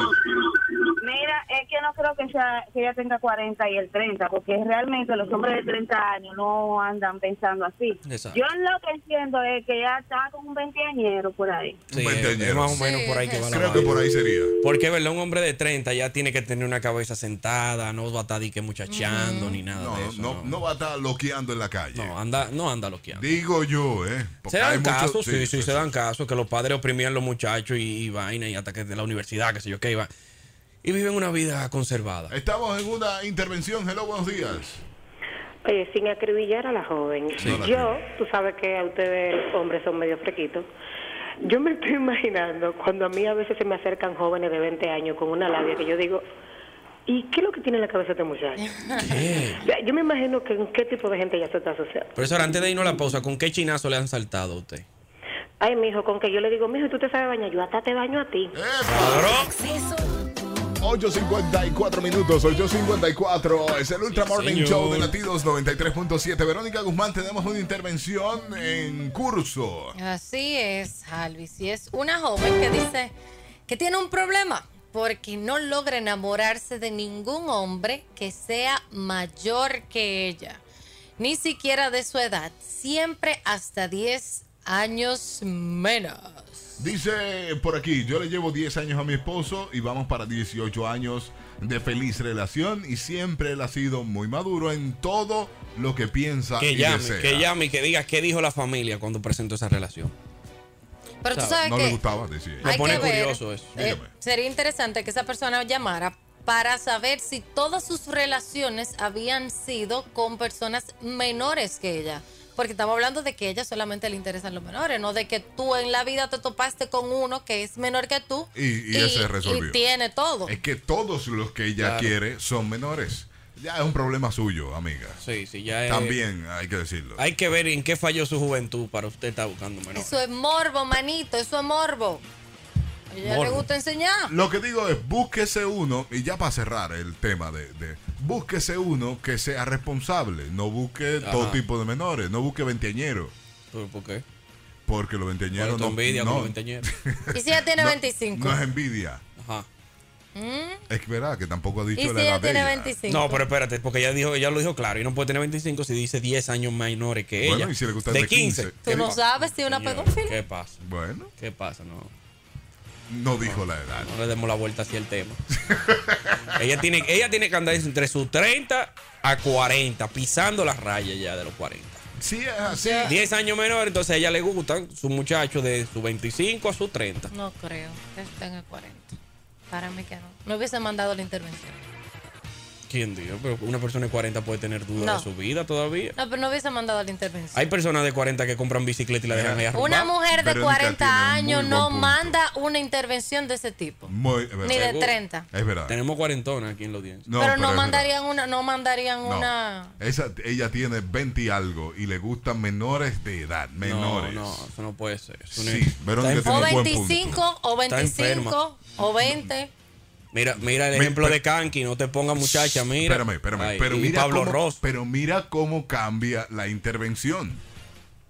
S7: Mira, es que no creo creo que ella, que ella tenga 40 y el 30, porque realmente los hombres de 30 años no andan pensando así.
S3: Exacto.
S7: Yo lo que entiendo es que ella está con un veinteañero por ahí.
S3: Sí, es- es más o menos por ahí que va la
S1: Creo
S3: vaina.
S1: que por ahí sería.
S3: Porque, ¿verdad? Un hombre de 30 ya tiene que tener una cabeza sentada, no va a estar di que muchachando ni nada
S1: No,
S3: de eso.
S1: no, no va a estar loqueando en la calle.
S3: No, anda, no anda loqueando.
S1: Digo yo, ¿eh? Porque
S3: se
S1: hay
S3: dan
S1: mucho-
S3: casos, sí, sí,
S1: sí,
S3: se dan casos que los padres oprimían a los muchachos y, y vaina y hasta que de la universidad, que sé yo qué iba. Y viven una vida conservada.
S1: Estamos en una intervención. Hello, buenos días.
S19: Oye, eh, sin acribillar a la joven.
S1: Sí. No la
S19: yo, tú sabes que a ustedes los hombres son medio frequitos. Yo me estoy [laughs] imaginando cuando a mí a veces se me acercan jóvenes de 20 años con una labia que yo digo, ¿y qué es lo que tiene en la cabeza este muchacho? O sea, Yo me imagino que en qué tipo de gente ya se está asociando.
S3: Profesor, antes de irnos a la pausa, ¿con qué chinazo le han saltado a usted?
S19: Ay, mijo, con que yo le digo, mijo, tú te sabes bañar, yo hasta te baño a ti.
S1: 8.54 minutos, 8.54. Es el Ultra Morning
S5: señor.
S1: Show de Latidos 93.7. Verónica Guzmán, tenemos una intervención en curso.
S2: Así es, Alvis. Y es una joven que dice que tiene un problema porque no logra enamorarse de ningún hombre que sea mayor que ella, ni siquiera de su edad, siempre hasta 10 años menos.
S1: Dice por aquí, yo le llevo 10 años a mi esposo y vamos para 18 años de feliz relación y siempre él ha sido muy maduro en todo lo que piensa
S3: Que
S1: y
S3: llame,
S1: desea.
S3: que llame y que diga qué dijo la familia cuando presentó esa relación.
S2: Pero tú sabes
S1: no
S2: que
S1: le gustaba, decía.
S3: Me
S2: Hay
S3: pone
S2: que ver.
S3: curioso eso.
S2: Eh, sería interesante que esa persona llamara para saber si todas sus relaciones habían sido con personas menores que ella. Porque estamos hablando de que a ella solamente le interesan los menores, no de que tú en la vida te topaste con uno que es menor que tú
S1: Y, y ese resolvió.
S2: y tiene todo.
S1: Es que todos los que ella
S3: Claro.
S1: quiere son menores. Ya es un problema suyo, amiga.
S3: Sí, sí, ya es-
S1: También hay que decirlo.
S3: Hay que ver en qué falló su juventud para usted estar buscando menor.
S2: Eso es morbo, manito, eso es morbo. A ella le
S1: Morbo.
S2: gusta enseñar.
S1: Lo que digo es, búsquese uno, y ya para cerrar el tema de, de- búsquese uno que sea responsable, no busque
S3: Ajá.
S1: todo tipo de menores, no busque veinteañeros.
S3: ¿Por qué?
S1: Porque los veinteañeros
S3: ¿Cuál es tu
S1: no,
S3: envidia con
S1: no,
S3: los veinteañeros?
S2: Y si ella
S1: [laughs]
S2: tiene
S1: No,
S2: 25.
S1: no es envidia.
S2: ¿Mm?
S1: Es que verdad que tampoco ha
S2: ¿Y
S1: dicho
S2: si
S1: la
S2: ella
S1: edad de
S2: tiene
S1: ella.
S2: 25?
S3: No, pero espérate, porque ella dijo, ella lo dijo claro, y no puede tener 25 si dice 10 años menores que ella.
S1: Bueno, y si le gusta el
S3: de
S1: de
S3: 15.
S1: 15.
S2: Tú no sabes si es una
S3: Señor,
S2: pedófila.
S3: ¿Qué pasa?
S1: Bueno.
S3: ¿Qué pasa? No.
S1: No dijo la edad.
S3: No le demos la vuelta hacia el tema. [laughs] ella, tiene, ella tiene que andar entre sus 30 a 40, pisando las rayas ya de los 40.
S1: Sí, es así.
S3: 10 años menor, entonces a ella le gustan sus muchachos de sus 25 a sus 30.
S2: No creo que tenga 40. Para mí que no. No hubiese mandado la intervención.
S3: ¿Quién dijo? Pero una persona de 40 puede tener dudas
S2: No.
S3: de su vida todavía.
S2: No, pero no hubiese mandado la intervención.
S3: Hay personas de 40 que compran bicicleta y la dejan ahí arrumbada.
S2: Una mujer de
S3: Verónica
S2: 40
S3: tiene un
S2: años
S3: muy
S2: no
S3: buen punto.
S2: manda una intervención de ese tipo.
S1: Muy- es verdad.
S2: Ni de
S1: Seguro.
S2: 30.
S1: Es verdad.
S3: Tenemos cuarentonas aquí en la audiencia.
S1: No,
S2: pero, no
S1: es
S2: mandarían una, no mandarían
S1: No.
S2: una.
S1: verdad. Esa, ella tiene 20 y algo y le gustan menores de edad. Menores.
S3: No, no, eso no puede ser. Eso no
S1: Sí,
S3: es-
S1: Verónica
S3: Está
S2: O
S1: tiene un buen punto.
S2: 25, o
S3: Está
S2: 25,
S3: enferma.
S2: o 20.
S3: Mira, mira el
S1: Mi-
S3: ejemplo de Kanki, no te pongas muchacha, mira.
S1: Espérame, espérame.
S3: Ay,
S1: pero,
S3: y
S1: mira
S3: Pablo
S1: cómo,
S3: Ross.
S1: pero mira cómo cambia la intervención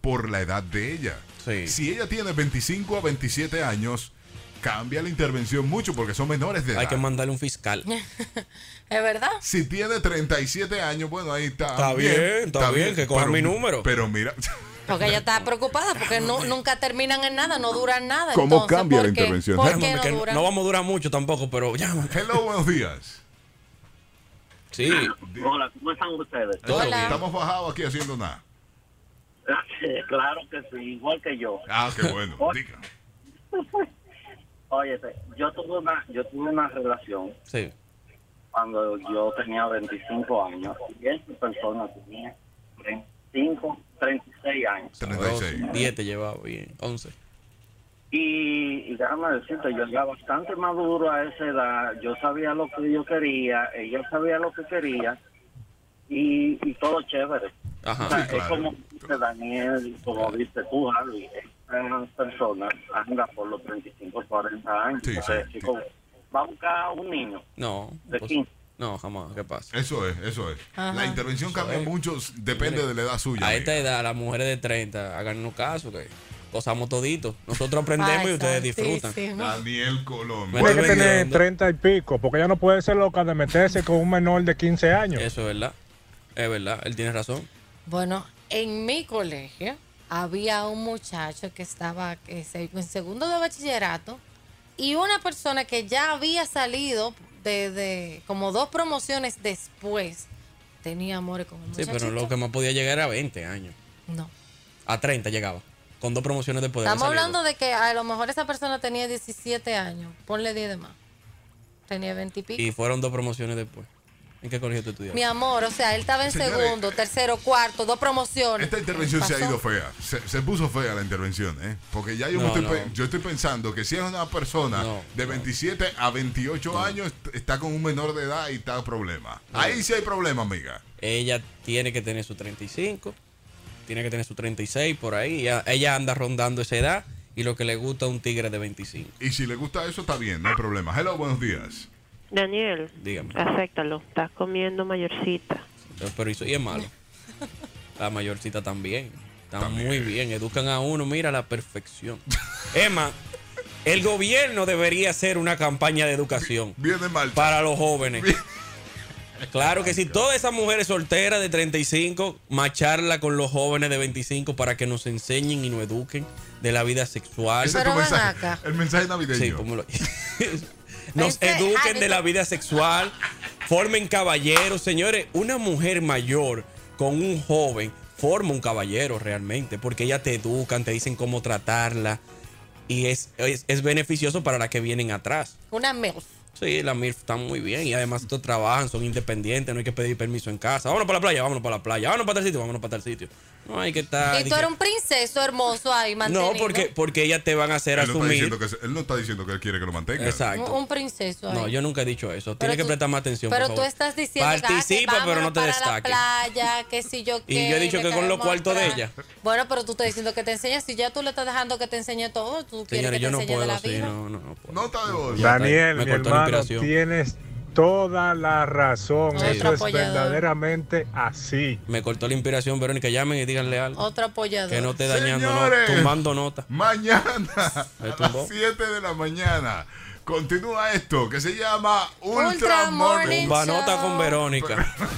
S1: por la edad de ella. Si ella tiene 25 a 27 años, cambia la intervención mucho porque son menores de edad.
S3: Hay que mandarle un fiscal.
S2: [laughs] ¿Es verdad?
S1: Si tiene 37 años, bueno, ahí está.
S3: Está bien, está bien, que coja
S1: pero-
S3: mi número.
S1: Pero mira, [laughs]
S2: Porque ella está preocupada porque no, nunca terminan en nada, no duran nada.
S1: ¿Cómo
S2: Entonces,
S1: cambia
S2: ¿por
S1: la
S2: qué-
S1: intervención?
S2: ¿Por
S1: Déjame
S2: qué no
S3: Que no,
S2: duran?
S3: no vamos a durar mucho tampoco, pero ya.
S1: hello, buenos días.
S3: Sí.
S23: Hola, ¿cómo están ustedes?
S1: Estamos bajados aquí haciendo nada.
S23: [laughs] claro que sí, igual que yo.
S1: Ah, qué bueno.
S2: [laughs]
S1: Diga.
S23: [laughs] Oye, yo tuve una, yo tuve una relación
S3: Sí.
S23: cuando yo tenía 25 años y esa persona tenía 35, 36 años.
S3: 36. 10 te llevaba bien, 11.
S23: Y, y déjame decirte, yo era bastante maduro a esa edad, yo sabía lo que yo quería, ella sabía lo que quería y, y todo chévere.
S3: Ajá.
S23: O sea,
S3: Sí, claro.
S23: Es como dice Daniel, como dice tú, Javi, estas personas andan por los 35, 40 años.
S3: Sí,
S23: O sea,
S3: sí.
S23: chicos, va a buscar un niño
S3: No.
S23: de
S3: pues,
S23: 15.
S3: no, jamás, ¿qué pasa?
S1: Eso es, eso es.
S23: Ajá.
S1: La intervención
S3: Eso
S1: cambia
S3: es.
S1: mucho, depende de la edad suya.
S3: A
S1: amiga.
S3: esta edad, las mujeres de 30, hagan un caso que gozamos todito. Nosotros aprendemos y ustedes disfrutan.
S1: Daniel Colón.
S3: Me
S22: Tiene que
S3: estoy
S22: tener
S3: vendiendo.
S22: 30 y pico, porque ella no puede ser loca de meterse con un menor de 15 años.
S3: Eso es verdad. Es verdad, él tiene razón.
S2: Bueno, en mi colegio había un muchacho que estaba que se- en segundo de bachillerato y una persona que ya había salido de, de- como dos promociones después tenía amores con el
S3: Sí,
S2: muchacho.
S3: pero lo que más podía llegar era a 20 años.
S2: No.
S3: A 30 llegaba. Con dos promociones de poder.
S2: Estamos hablando de que a lo mejor esa persona tenía 17 años, ponle 10 de más. Tenía 20 y pico.
S3: Y fueron dos promociones después. ¿En qué colegio tú estudiaste?
S2: Mi amor, o sea, él estaba en
S1: Señores, este
S2: segundo, tercero, cuarto, dos promociones.
S1: Esta intervención se ha
S2: Pasó.
S1: ido fea. Se, se puso fea la intervención, ¿eh? Porque ya yo, me
S3: No,
S1: estoy,
S3: no.
S1: pe- yo estoy pensando que si es una persona de 27 a 28 años, t- está con un menor de edad y está problema. Ahí sí hay problema, amiga.
S3: Ella tiene que tener su 35, tiene que tener su 36 por ahí. Ella, ella anda rondando esa edad y lo que le gusta a un tigre de 25.
S1: Y si le gusta eso, está bien, no hay problema. Hello, buenos días.
S18: Daniel,
S3: Dígame. Eh,
S18: acéptalo. Estás comiendo mayorcita.
S3: Pero eso y es malo. La mayorcita también. Está muy bien. Educan a uno, mira, a la
S1: [laughs]
S3: perfección. Emma, el gobierno debería hacer una campaña de educación. Para los jóvenes. Claro que si todas esas mujeres solteras de 35, macharla con los jóvenes de 25 para que nos enseñen y nos eduquen de la vida sexual.
S1: Ese es tu Pero ven mensaje. acá. El mensaje navideño.
S3: Sí, pónmelo ahí. [laughs] nos
S1: Ese- ah,
S3: eduquen
S1: de
S3: de la vida sexual, formen caballeros. Señores, una mujer mayor con un joven forma un caballero realmente, porque ella te educan, te dicen cómo tratarla y es, es, es beneficioso para las que vienen atrás.
S2: Una MILF.
S3: Sí, las MIRF están muy bien y además estos trabajan, son independientes, no hay que pedir permiso en casa. Vámonos para la playa, vámonos para la playa, vámonos para tal sitio, vámonos para tal sitio. No hay Ah, que estar...
S2: Y tú eres un princeso hermoso ahí, mantenido.
S3: No, porque, porque ellas te van a hacer
S1: Él no, está
S3: asumir...
S1: diciendo que, se- él no está diciendo que él quiere que lo mantenga.
S2: Un,
S3: Exacto.
S2: un princeso ahí.
S3: No, yo nunca he dicho eso. Tienes que prestar más atención.
S2: pero
S3: por
S2: tú
S3: favor.
S2: estás diciendo que, ah, que
S3: Participa,
S2: vámonos
S3: pero no te
S2: para la
S3: destaques.
S2: playa, que si yo
S3: [laughs] Y yo he dicho
S2: le
S3: que con los
S2: caemos
S3: cuartos de
S2: atrás.
S3: ella.
S2: Bueno, pero tú estás diciendo que te enseñas. Si ya tú le estás dejando que te enseñe todo, tú quieres que
S3: Señores,
S2: te
S3: yo no
S2: enseñe de
S3: puedo
S2: la
S3: así,
S2: vida.
S3: no, no, no puedo.
S1: Nota de voz.
S3: Ya está ahí,
S22: Daniel,
S3: me
S22: mi
S3: cortó la
S22: hermano,
S3: inspiración.
S22: tienes toda la razón.
S2: Otro
S22: Eso es
S2: apoyador.
S22: verdaderamente así.
S3: Me cortó la inspiración, Verónica. Llamen y díganle algo.
S2: Otro apoyador.
S3: Que no te dañando, no,
S1: Señores.
S3: tumbando nota.
S1: Mañana
S3: Me
S1: a las
S3: tumbó.
S1: 7 de la mañana continúa esto que se llama Ultra,
S3: Ultra
S1: Morning.
S3: Morning Tumba nota Show. con Verónica.